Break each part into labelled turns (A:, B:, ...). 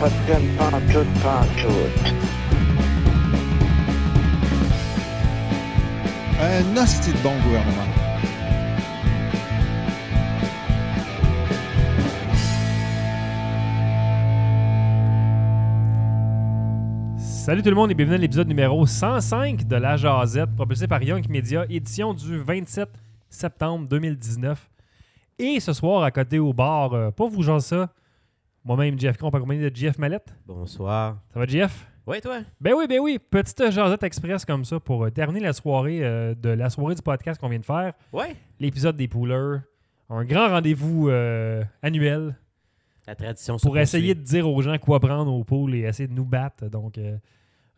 A: retiennent pas en tout, pas en tout.
B: Euh, non, c'était de bon gouvernement.
C: Salut tout le monde et bienvenue à l'épisode numéro 105 de La Jazette, propulsé par Young Media, édition du 27 septembre 2019. Et ce soir, à côté au bar, euh, pour vous jaser ça, moi-même, JFK, on peut accompagné de JF Mallette.
D: Bonsoir.
C: Ça va, JF?
D: Ouais, toi?
C: Ben oui, ben oui, petite euh, jasette express comme ça pour euh, terminer la soirée euh, de la soirée du podcast qu'on vient de faire,
D: Ouais.
C: l'épisode des poolers, un grand rendez-vous euh, annuel
D: La tradition se
C: pour
D: poursuit.
C: essayer de dire aux gens quoi prendre au pool et essayer de nous battre. Donc, euh,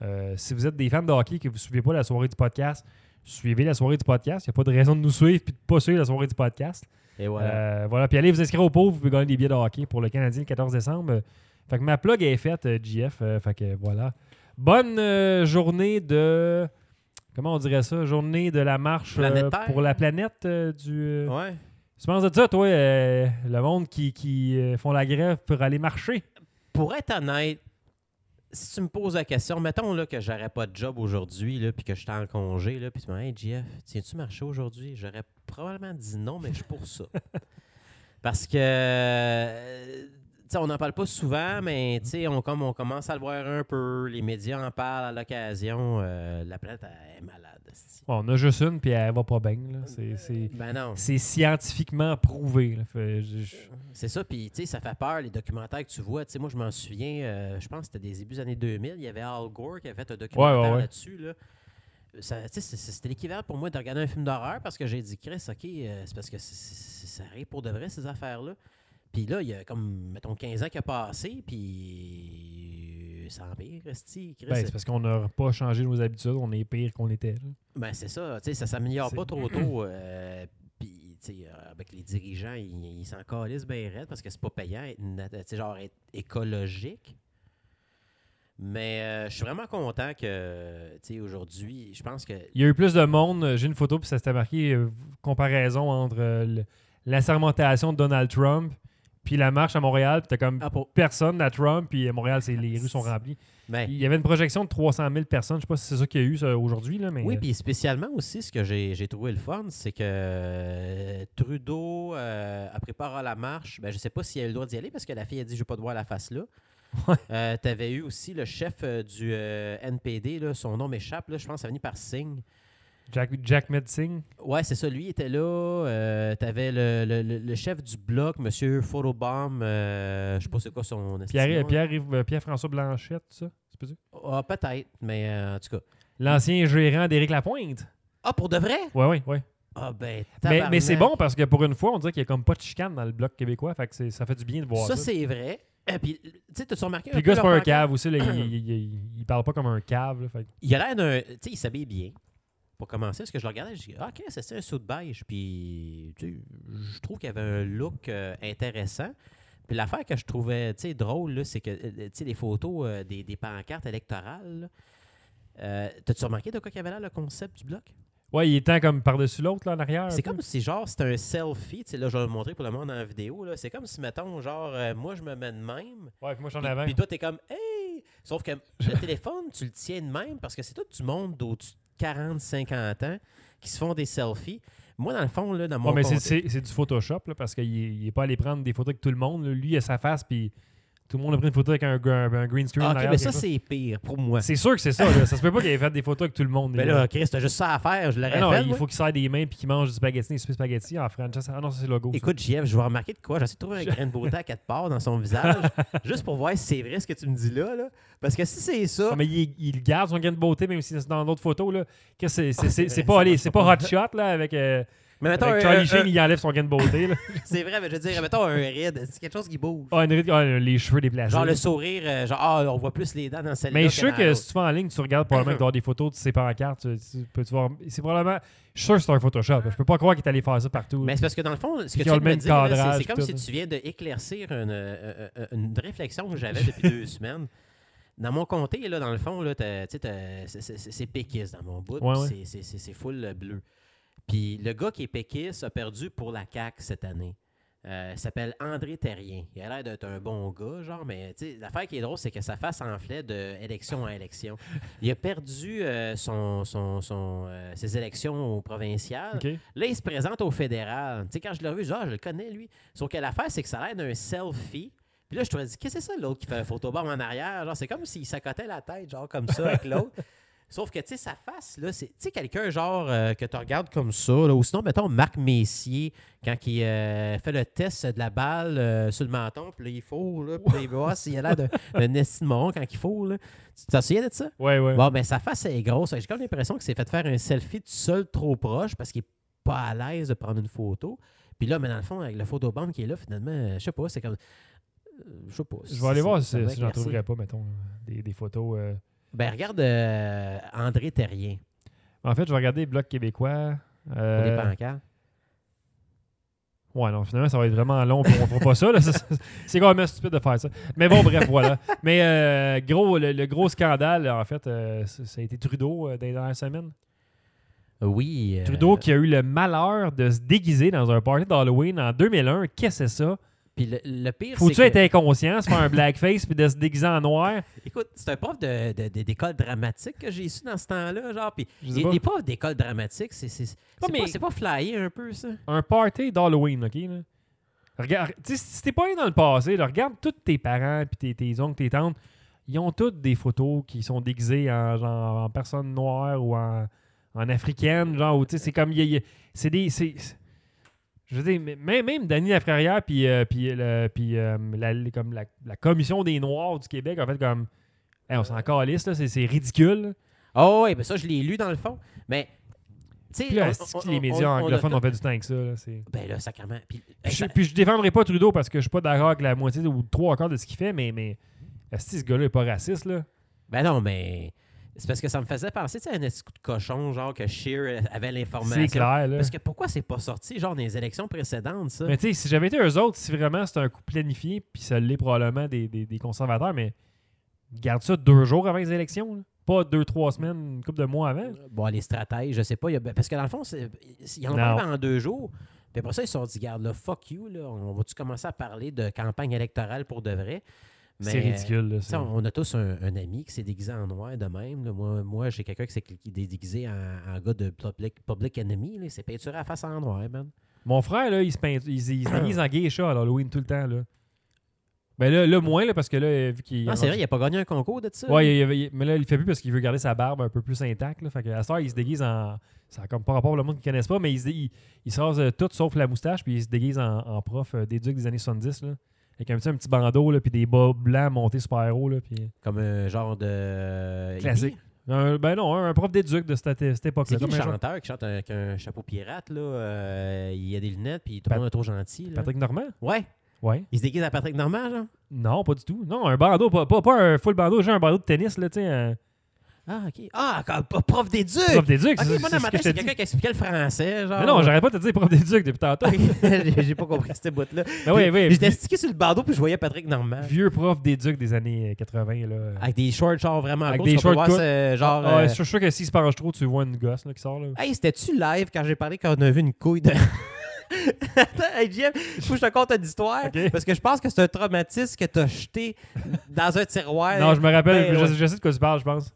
C: euh, si vous êtes des fans de hockey et que vous ne suivez pas la soirée du podcast, suivez la soirée du podcast. Il n'y a pas de raison de nous suivre et de ne pas suivre la soirée du podcast.
D: Et voilà.
C: Euh, voilà. Puis allez vous inscrire au pool, vous pouvez gagner des billets de hockey pour le Canadien le 14 décembre. Euh, Fait que ma plug est faite, euh, JF. Euh, fait que euh, voilà. Bonne euh, journée de. Comment on dirait ça? Journée de la marche euh,
D: Planétaire.
C: pour la planète euh, du. euh,
D: ouais.
C: Tu penses de ça, toi, euh, le monde qui, qui euh, font la grève pour aller marcher?
D: Pour être honnête, si tu me poses la question, mettons là, que j'aurais pas de job aujourd'hui, là, puis que j'étais en congé, là, puis tu me dis, hey, Jeff, tiens-tu marché aujourd'hui? J'aurais probablement dit non, mais je suis pour ça. Parce que, euh, tu sais, on n'en parle pas souvent, mais tu sais, on, comme on commence à le voir un peu, les médias en parlent à l'occasion, euh, la planète elle est malade. esti.
C: Bon, on a juste une, puis elle va pas bien. là. C'est- C'est
D: Ben non.
C: c'est scientifiquement prouvé. là. Fait, je- je-
D: C'est ça, puis tu sais, ça fait peur, les documentaires que tu vois. Tu sais, moi, je m'en souviens, euh, je pense que c'était des débuts des années 2000, il y avait Al Gore qui avait fait un documentaire
C: ouais, ouais.
D: là-dessus. Là. Ça- tu sais, c'est- c'est- C'était l'équivalent pour moi de regarder un film d'horreur parce que j'ai dit, Chris, OK, euh, c'est parce que c'est- c'est- ça arrive pour de vrai, ces affaires-là. Puis là, il y a comme, mettons, 15 ans qui a passé, puis ça empire, esti, Chris.
C: ben, c'est parce qu'on n'a pas changé nos habitudes, on est pire qu'on était. là.
D: Ben, c'est ça, tu sais, ça s'améliore
C: C'est-
D: pas trop tôt. euh, Puis, tu sais, euh, avec les dirigeants, ils ils s'en calissent bien raide parce que c'est pas payant, être nat- tu sais, genre être écologique. Mais euh, je suis vraiment content que, tu sais, aujourd'hui, je pense que.
C: Il y a eu plus de monde. euh, J'ai une photo, puis ça s'était marqué euh, comparaison entre euh, le- la sermentation de Donald Trump, puis la marche à Montréal, puis t'as comme
D: Ah, pour-
C: personne à Trump, puis à Montréal, c'est- les rues sont remplies.
D: ben,
C: Il y avait une projection de 300 000 personnes. Je sais pas si c'est ça qu'il y a eu ça, aujourd'hui, là, mais
D: oui,
C: euh,
D: puis spécialement aussi, ce que j'ai j'ai trouvé le fun, c'est que euh, Trudeau, euh, après part à la marche, ben, je sais pas si elle a eu le droit d'y aller parce que la fille a dit Je veux pas te voir la face là.
C: Ouais.
D: Euh, tu avais eu aussi le chef euh, du euh, NPD, là, son nom m'échappe, là, je pense que ça venait par signe.
C: Jack, Jack Medsing.
D: Ouais, c'est ça, lui il était là. tu avais le, le- le- le chef du bloc, M. Photobomb, euh, je sais pas c'est quoi son
C: Pierre,
D: estime,
C: Pierre, Pierre, François Blanchette, ça? C'est pas ça?
D: Ah, peut-être, mais euh, en tout cas.
C: L'ancien gérant d'Éric Lapointe.
D: Ah, pour de vrai?
C: Oui, oui, oui.
D: Ah, ben,
C: Mais, mais c'est
D: tabarnak.
C: bon parce que pour une fois, on dirait qu'il n'y a comme pas de chicane dans le bloc québécois. Fait que c'est- ça fait du bien de voir ça.
D: Ça, c'est vrai. Et puis, tu sais, t'as-tu remarqué
C: Puis le
D: peu
C: gars, c'est
D: leur
C: pas un
D: pancarte?
C: cave aussi. là, il, il- il- il parle pas comme un cave. là, fait que-
D: Il a l'air d'un. Tu sais, il s'habille bien. Pour commencer, parce que je le regardais, je dis, ah, ok, ça, c'est un saut de beige. Puis, tu sais, je trouve qu'il avait un look euh, intéressant. Puis l'affaire que je trouvais, tu sais, drôle, là, c'est que, euh, tu sais, les photos euh, des, des pancartes électorales, là, euh, t'as-tu remarqué de quoi qu'il y avait là le concept du bloc?
C: Ouais, il est temps comme par-dessus l'autre là, en arrière. un
D: C'est
C: peu.
D: comme si, genre, c'était un selfie, tu sais, là, je vais le montrer pour le monde en vidéo, là. C'est comme si, mettons, genre, euh, moi, je me mets de même,
C: Ouais, puis moi, j'en
D: puis,
C: avais. un.
D: puis toi, t'es comme, hey! Sauf que le téléphone, tu le tiens de même parce que c'est tout du monde d'au-dessus de 40, 50 ans qui se font des selfies. Moi, dans le fond, là, dans mon.
C: Ouais, mais c'est-
D: contexte-
C: c'est c'est du Photoshop là, parce qu'il est- il est pas allé prendre des photos avec tout le monde. là. Lui, il a sa face, puis tout le monde a pris une photo avec un, gr- un green screen.
D: Ah,
C: en
D: ok,
C: arrière,
D: mais
C: quelque
D: ça,
C: chose.
D: c'est pire pour moi.
C: C'est sûr que c'est ça. là. Ça se peut pas qu'il ait fait des photos avec tout le monde.
D: Mais
C: les gars.
D: Ben là, Chris, t'as juste ça à faire, je l'aurais
C: Ah non,
D: fait.
C: il
D: moi.
C: faut qu'il serre des mains puis qu'il mange du spaghetti, des spaghetti en franchise. Ah non, ça c'est le logo. ça.
D: Écoute, JF, je vais remarquer de quoi. J'essaie de trouver un grain de beauté à quatre parts dans son visage, juste pour voir si c'est vrai ce que tu me dis là. là. Parce que si c'est ça,
C: Ah, mais il, il garde son grain de beauté, même si c'est dans d'autres photos. Là. Que c'est, c'est,
D: Ah,
C: c'est,
D: c'est
C: c'est
D: vrai,
C: pas,
D: ça
C: allez,
D: marche
C: c'est
D: pas.
C: pas hot shot là, avec, euh,
D: mais mettons,
C: avec
D: un-
C: Charlie
D: un-
C: Sheen,
D: un-
C: il enlève son grain de beauté. là.
D: c'est vrai, mais je veux dire, mettons un ride, c'est quelque chose qui bouge.
C: Ah, une ride- ah, les cheveux déplacés.
D: Genre le sourire, euh, genre, ah, on voit plus les dents dans celle-là.
C: mais je suis sûr
D: dans
C: que
D: l'autre.
C: si tu vas en ligne, tu regardes probablement que tu des photos de ses pancartes. Tu, tu peux -tu voir. C'est probablement. Je suis sûr que c'est un Photoshop. là. Je peux pas croire qu'il est allé faire ça partout.
D: Mais c'est parce que dans le fond, ce
C: Puis
D: que
C: qui
D: tu
C: ont
D: viens
C: le
D: de me
C: même
D: dire, là,
C: cadrage,
D: c'est- c'est comme
C: tout,
D: si
C: là.
D: tu viens d'éclaircir une, euh, euh, une réflexion que j'avais depuis deux semaines. Dans mon comté, là, dans le fond, là, t'as- tu sais, t'as- c'est- c'est c'est péquiste dans mon bout.
C: Ouais,
D: puis
C: ouais.
D: c'est- c'est- C'est c'est full euh, bleu. Puis le gars qui est péquiste a perdu pour la CAQ cette année. Euh, il s'appelle André Terrien. Il a l'air d'être un bon gars, genre, mais tu sais, l'affaire qui est drôle, c'est que sa face enflait de élection à élection. Il a perdu euh, son, son- son, euh, ses élections aux provinciales.
C: OK.
D: Là, il se présente au fédéral. Tu sais, quand je l'ai revu, je dis, ah, je le connais, lui. Sauf que l'affaire, c'est que ça a l'air d'un selfie. Puis là, je te dis, qu'est-ce que c'est ça, l'autre qui fait un photobomb en arrière? Genre, c'est comme s'il s'accotait la tête, genre, comme ça, avec l'autre. Sauf que, tu sais, sa face, là, c'est, tu sais, quelqu'un, genre, euh, que tu regardes comme ça, là, ou sinon, mettons, Marc Messier, quand il euh, fait le test de la balle euh, sur le menton, puis là, il faut, là, puis là, il voit s'il a l'air d'un d'un esti de moron quand il faut, là. Tu t'en souviens de ça?
C: Ouais, ouais.
D: Bon, mais sa face elle est grosse. J'ai comme l'impression qu'il s'est fait faire un selfie tout seul trop proche parce qu'il n'est pas à l'aise de prendre une photo. Puis là, mais dans le fond, avec le photobomb qui est là, finalement, euh, je sais pas, c'est comme. euh, Je sais pas.
C: Je vais aller voir
D: ça
C: si,
D: va
C: si j'en
D: éclaircir.
C: trouverai pas, mettons, des, des photos. euh.
D: Ben, regarde euh, André Terrien.
C: En fait, je vais regarder Bloc québécois.
D: Pour des
C: euh,
D: pancartes.
C: Ouais, non, finalement, ça va être vraiment long. puis on fera pas ça. là. Ça, ça, C'est quand même stupide de faire ça. Mais bon, bref, voilà. Mais euh, gros, le, le gros scandale, en fait, euh, c- ça a été Trudeau euh, dans les dernières semaines.
D: Oui. euh,
C: Trudeau qui a eu le malheur de se déguiser dans un party d'Halloween en 2001. Qu'est-ce que c'est ça?
D: Puis le, le pire, c'est.
C: Faut-tu
D: que-
C: être inconscient, se faire un blackface puis de se déguiser en noir?
D: Écoute, c'est un prof de- de- de- d'école dramatique que j'ai su dans ce temps-là. Genre, puis
C: Je sais
D: les,
C: pas.
D: les profs d'école dramatique, c'est c'est- c'est pas,
C: mais-
D: c'est pas flyé un peu, ça?
C: Un party d'Halloween, OK? là. Regarde, tu sais, si t'es pas allé dans le passé, là, regarde tous tes parents puis tes, tes oncles, tes tantes. Ils ont toutes des photos qui sont déguisées en, genre, en personne noire ou en, en africaine, genre, ou tu sais, c'est comme. il y a- il y a- C'est des. c'est- c'est- je veux dire, mais- même, même Danny Lafrenière puis, euh, puis, le- puis, euh, la, les- comme la, la Commission des Noirs du Québec, en fait, comme. Hey, on s'en calisse, là, c'est c'est ridicule.
D: Oh, oui, ben ça, je l'ai lu dans le fond. Mais, tu sais.
C: Puis là,
D: on-
C: c'est-tu
D: on-
C: que les médias
D: on- on a
C: anglophones
D: tout-
C: ont fait du temps avec ça. là, c'est-
D: Ben là, sacrément. Puis,
C: Puis je,
D: ça-
C: puis je défendrai pas Trudeau parce que je suis pas d'accord avec la moitié ou trois quarts de ce qu'il fait, mais, mais asti, ce gars-là est pas raciste, là.
D: ben non, mais. C'est parce que ça me faisait penser, tu sais, à un petit coup de cochon, genre que Shear avait l'information.
C: C'est clair, là.
D: Ah, Parce que pourquoi c'est pas sorti, genre, dans les élections précédentes, ça?
C: Mais tu sais, si j'avais été eux autres, si vraiment c'était un coup planifié, puis ça l'est probablement des, des- des conservateurs, mais garde ça deux jours avant les élections, là. Pas deux, trois semaines, une couple de mois avant.
D: Euh, Bon, les stratèges, je sais pas. il y a- ben, parce que dans le fond, c'est- ils en ont
C: Non.
D: parlé en deux jours. Puis après ça, ils se sont dit, garde là, fuck you, là. On va-tu commencer à parler de campagne électorale pour de vrai? Mais,
C: C'est ridicule, là.
D: Tu sais,
C: ça.
D: on on a tous un, un ami qui s'est déguisé en noir de même. là. Moi, moi j'ai quelqu'un qui s'est qui est déguisé en, en gars de Public, public Enemy. là. Il s'est peinturé à la face en noir, man.
C: Mon frère, là, il se peint, il, se- il se déguise en geisha à l'Halloween tout le temps, là. Ben là, là, moins, là, parce que là, vu qu'il.
D: Non, Ah, c'est vrai, il n'a pas gagné un concours de ça.
C: Ouais, il- il- il- mais là, il le fait plus parce qu'il veut garder sa barbe un peu plus intacte. Là. Fait que, à cette heure, il se déguise en. Ça a comme par rapport au monde qui ne connaissent pas, mais il, se- il, il sort euh, tout sauf la moustache, puis il se déguise en, en prof euh, d'éduc des années 70. Là. Avec un petit, un petit bandeau, là, puis des bas blancs montés super héros. Là, puis...
D: Comme un genre de.
C: Classique.
D: hippie.
C: Un- ben non, un, un prof d'éduc de cette, cette
D: C'est
C: époque-là.
D: qui le
C: comme un genre-
D: chanteur qui chante avec un chapeau pirate, là? euh, il a des lunettes, puis tout le
C: Pat-
D: monde est trop gentil. là.
C: Patrick Normand
D: Ouais,
C: Ouais.
D: il se déguise à Patrick Normand, genre?
C: Non, pas du tout. Non, un bandeau, pas, pas, pas un full bandeau, j'ai un bandeau de tennis, là, tu sais. un
D: Ah, OK. Ah, comme pas prof d'éduc!
C: Prof d'éduc,
D: OK,
C: c'est-
D: moi,
C: c'est
D: dans
C: ce
D: ma
C: que
D: tête,
C: je te
D: c'est
C: dis.
D: quelqu'un qui expliquait le français, genre.
C: Mais non, j'arrête pas de te dire prof d'éduc depuis tantôt.
D: J'ai j'ai pas compris cette bout-là.
C: Ben oui, oui.
D: J'étais stické sur le bandeau, puis je voyais Patrick Normand.
C: Vieux prof d'éduc des années 80, là.
D: Avec des shorts, genre vraiment
C: Avec
D: courts,
C: des
D: tu vas
C: shorts
D: pas voir
C: courts.
D: ce genre.
C: Ah,
D: euh,
C: Je suis sûr que s'il se penche trop, tu vois une gosse là, qui sort. Là.
D: Hey, c'était-tu live quand j'ai parlé qu'on a vu une couille de. Attends, hey, Jim, faut que je te conte une histoire.
C: Ok.
D: Parce que je pense que c'est un traumatisme que t'as jeté dans un tiroir.
C: non, je me rappelle,
D: Ben,
C: je,
D: ouais.
C: je sais de quoi tu parles, je pense.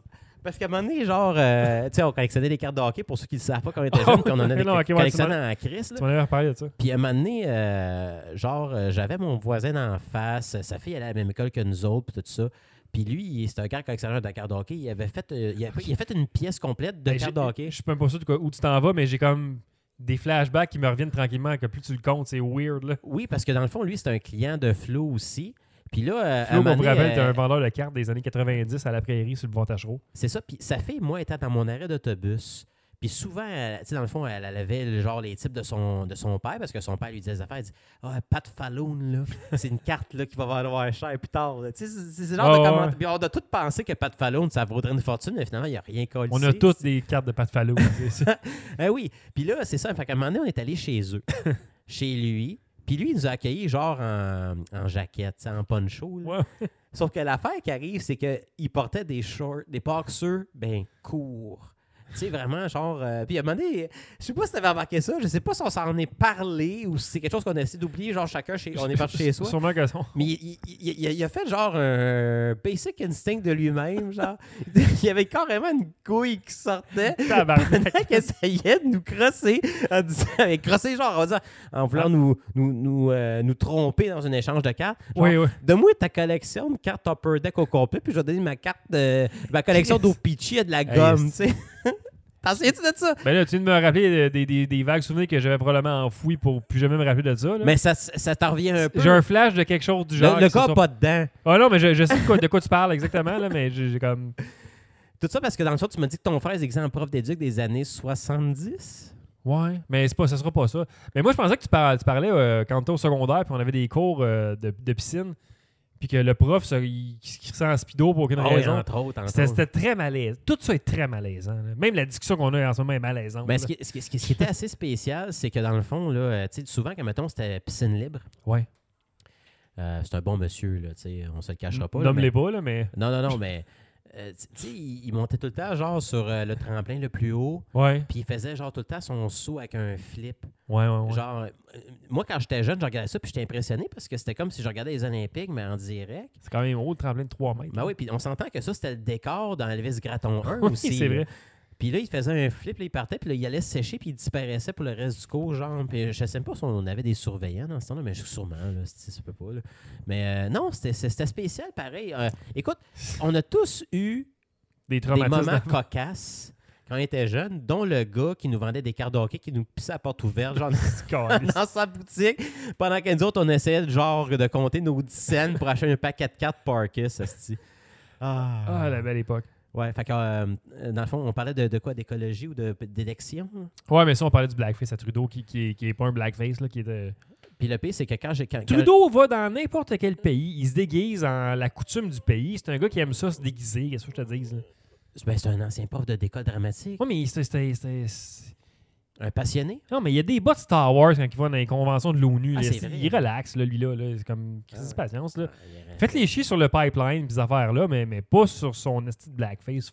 D: Parce qu'à un moment donné, genre, euh, tu sais, on collectionnait les cartes de hockey pour ceux qui ne savent pas quand on était jeunes, qu'on en avait
C: Non, ok, Ah ouais, tu
D: collectionné en crise. là.
C: Tu m'en avais reparlé de ça.
D: Puis à un moment donné, euh, genre, euh, j'avais mon voisin en face, euh, sa fille allait à la même école que nous autres, puis tout ça. Puis lui, il- c'est un gars collectionneur de cartes de hockey. Il avait fait, euh, il a, il a fait une pièce complète de
C: Ben,
D: cartes
C: j'ai-
D: de hockey.
C: Je suis même pas sûr de quoi, où tu t'en vas, mais j'ai comme des flashbacks qui me reviennent tranquillement. Que plus tu le comptes, c'est weird. Là.
D: Oui, parce que dans le fond, lui, c'est un client de Flo aussi. Puis là, euh, à un
C: Flo,
D: moment
C: on vous
D: donné,
C: rappelle, t'es
D: euh,
C: un vendeur de cartes des années 90 à la prairie sur le Bon Tachereau.
D: c'est ça. Puis sa fille, moi, était dans mon arrêt d'autobus. Puis souvent, elle- tu sais, dans le fond, elle, elle avait le- genre les types de son, de son père, parce que son père lui disait des affaires. Il dit Ah, Pat Falloon, là, c'est une carte là, qui va valoir cher plus tard. là. Tu sais, c'est- c'est ce genre
C: Ah,
D: de
C: ouais.
D: commentaire. Puis on a tous pensé que Pat Falloon, ça vaudrait une fortune, mais finalement, il n'y a rien collé.
C: On a tous des cartes de Pat Fallow. C'est- c'est-
D: Eh oui. Puis là, c'est ça. Fait qu'à un moment donné, on est allé chez eux, chez lui. Puis lui, il nous a accueillis genre en, en jaquette, tu sais, en poncho. là.
C: Ouais.
D: Sauf que l'affaire qui arrive, c'est qu'il portait des shorts, des boxers, ben courts. Tu sais, vraiment, genre. euh, puis à un moment donné, je sais pas si t'avais remarqué ça, je sais pas si on s'en est parlé ou si c'est quelque chose qu'on a essayé d'oublier, genre chacun, chez, on est parti chez soi.
C: Sûrement que son.
D: Mais il, il- il- il a- il a fait genre un basic instinct de lui-même, genre. il y avait carrément une couille qui sortait.
C: Tabarnak.
D: Pendant qu'elle essayait de nous crosser, en disant, mais crosser genre en, disant- en
C: Ah.
D: voulant nous, nous, nous, euh, nous tromper dans un échange de cartes. Genre,
C: Oui, oui.
D: Donne-moi ta collection de cartes Upper Deck au complet, puis je vais donner ma carte de ma collection
C: Chris.
D: d'Opichi et de la
C: Hey,
D: gomme, tu sais. T'en souviens-tu de ça?
C: Ben là, tu viens de me rappeler des, des- des vagues souvenirs que j'avais probablement enfouis pour plus jamais me rappeler de ça. là.
D: Mais ça, ça t'en revient un peu.
C: J'ai un flash de quelque chose du genre.
D: le le
C: qui se
D: gars
C: soit-
D: pas dedans.
C: Ah non, mais je, je sais de quoi, de quoi tu parles exactement, là, mais j'ai j'ai comme.
D: Tout ça parce que dans le fond, tu m'as dit que ton frère est en prof d'éduc des années 70.
C: Ouais, mais c'est pas, ça sera pas ça. Mais moi, je pensais que tu, par- tu parlais euh, quand t'es au secondaire, puis on avait des cours euh, de, de piscine, puis que le prof, ça, il, qui qui ressent en speedo pour aucune
D: Ah oui,
C: raison.
D: entre autres. entre
C: C'était
D: autres.
C: c'était très malaise. Tout ça est très malaisant. là. Même la discussion qu'on a en ce moment est malaisante.
D: Ben, ce,
C: là.
D: qui, ce qui- ce qui- ce qui était assez spécial, c'est que dans le fond, là, euh, tu sais, souvent, quand mettons, c'était piscine libre,
C: Ouais.
D: euh, c'est un bon monsieur, là, tu sais, on se le cachera pas. là, mais-
C: Nomme-les pas, là, mais.
D: Non, non, non, mais euh, tu tu sais, il, il montait tout le temps, genre, sur euh, le tremplin le plus haut,
C: Ouais.
D: puis il faisait, genre, tout le temps son saut avec un flip.
C: Ouais, ouais, ouais.
D: Genre, euh, moi, quand j'étais jeune, je regardais ça, puis j'étais impressionné parce que c'était comme si je regardais les Olympiques, mais en direct.
C: C'est quand même haut, le tremplin de 3 mètres.
D: Ben oui, puis on s'entend que ça, c'était le décor dans Elvis Graton 1
C: Oui,
D: aussi.
C: c'est
D: là.
C: vrai.
D: Puis là, il faisait un flip, là, il partait, puis là, il allait sécher, puis il disparaissait pour le reste du cours, genre. Puis je sais même pas si on avait des surveillants dans ce temps-là, mais sûrement, là, si ça peut pas. là. Mais euh, non, c'était- c'était spécial, pareil. Euh, écoute, on a tous eu
C: Des
D: des
C: traumatismes.
D: moments cocasses quand on était jeunes, dont le gars qui nous vendait des cartes de hockey, qui nous pissait à la porte ouverte, genre
C: Caliste.
D: dans sa boutique, pendant que nous autres, on essayait, genre, de compter nos 10 cents pour acheter un paquet de cartes Parkis, esti. Ah,
C: Ah, la belle époque.
D: Ouais, fait que, euh, dans le fond, on parlait de, de quoi D'écologie ou de- d'élection hein?
C: Ouais, mais ça, on parlait du blackface à Trudeau, qui, qui, qui est euh, pas un blackface, là, qui était.
D: Puis le pire, c'est que quand j'ai. quand- quand-
C: Trudeau va dans n'importe quel pays, il se déguise en la coutume du pays. C'est un gars qui aime ça, se déguiser, qu'est-ce que je te dise. là.
D: Ben, c'est un ancien prof de d'école dramatique,
C: Ouais, mais c'était- c'était. c'était- c'est-
D: un passionné.
C: Non, mais il y a des bots de Star Wars quand ils vont dans les conventions de l'ONU.
D: Ah,
C: là.
D: c'est
C: C'est-
D: vrai.
C: il relaxe, là, lui-là. Là. C'est comme. Qu'est-ce
D: ouais.
C: patience, là?
D: Ah, il est-
C: Faites les chier sur le pipeline pis ces affaires-là, mais, mais pas sur son esti de blackface.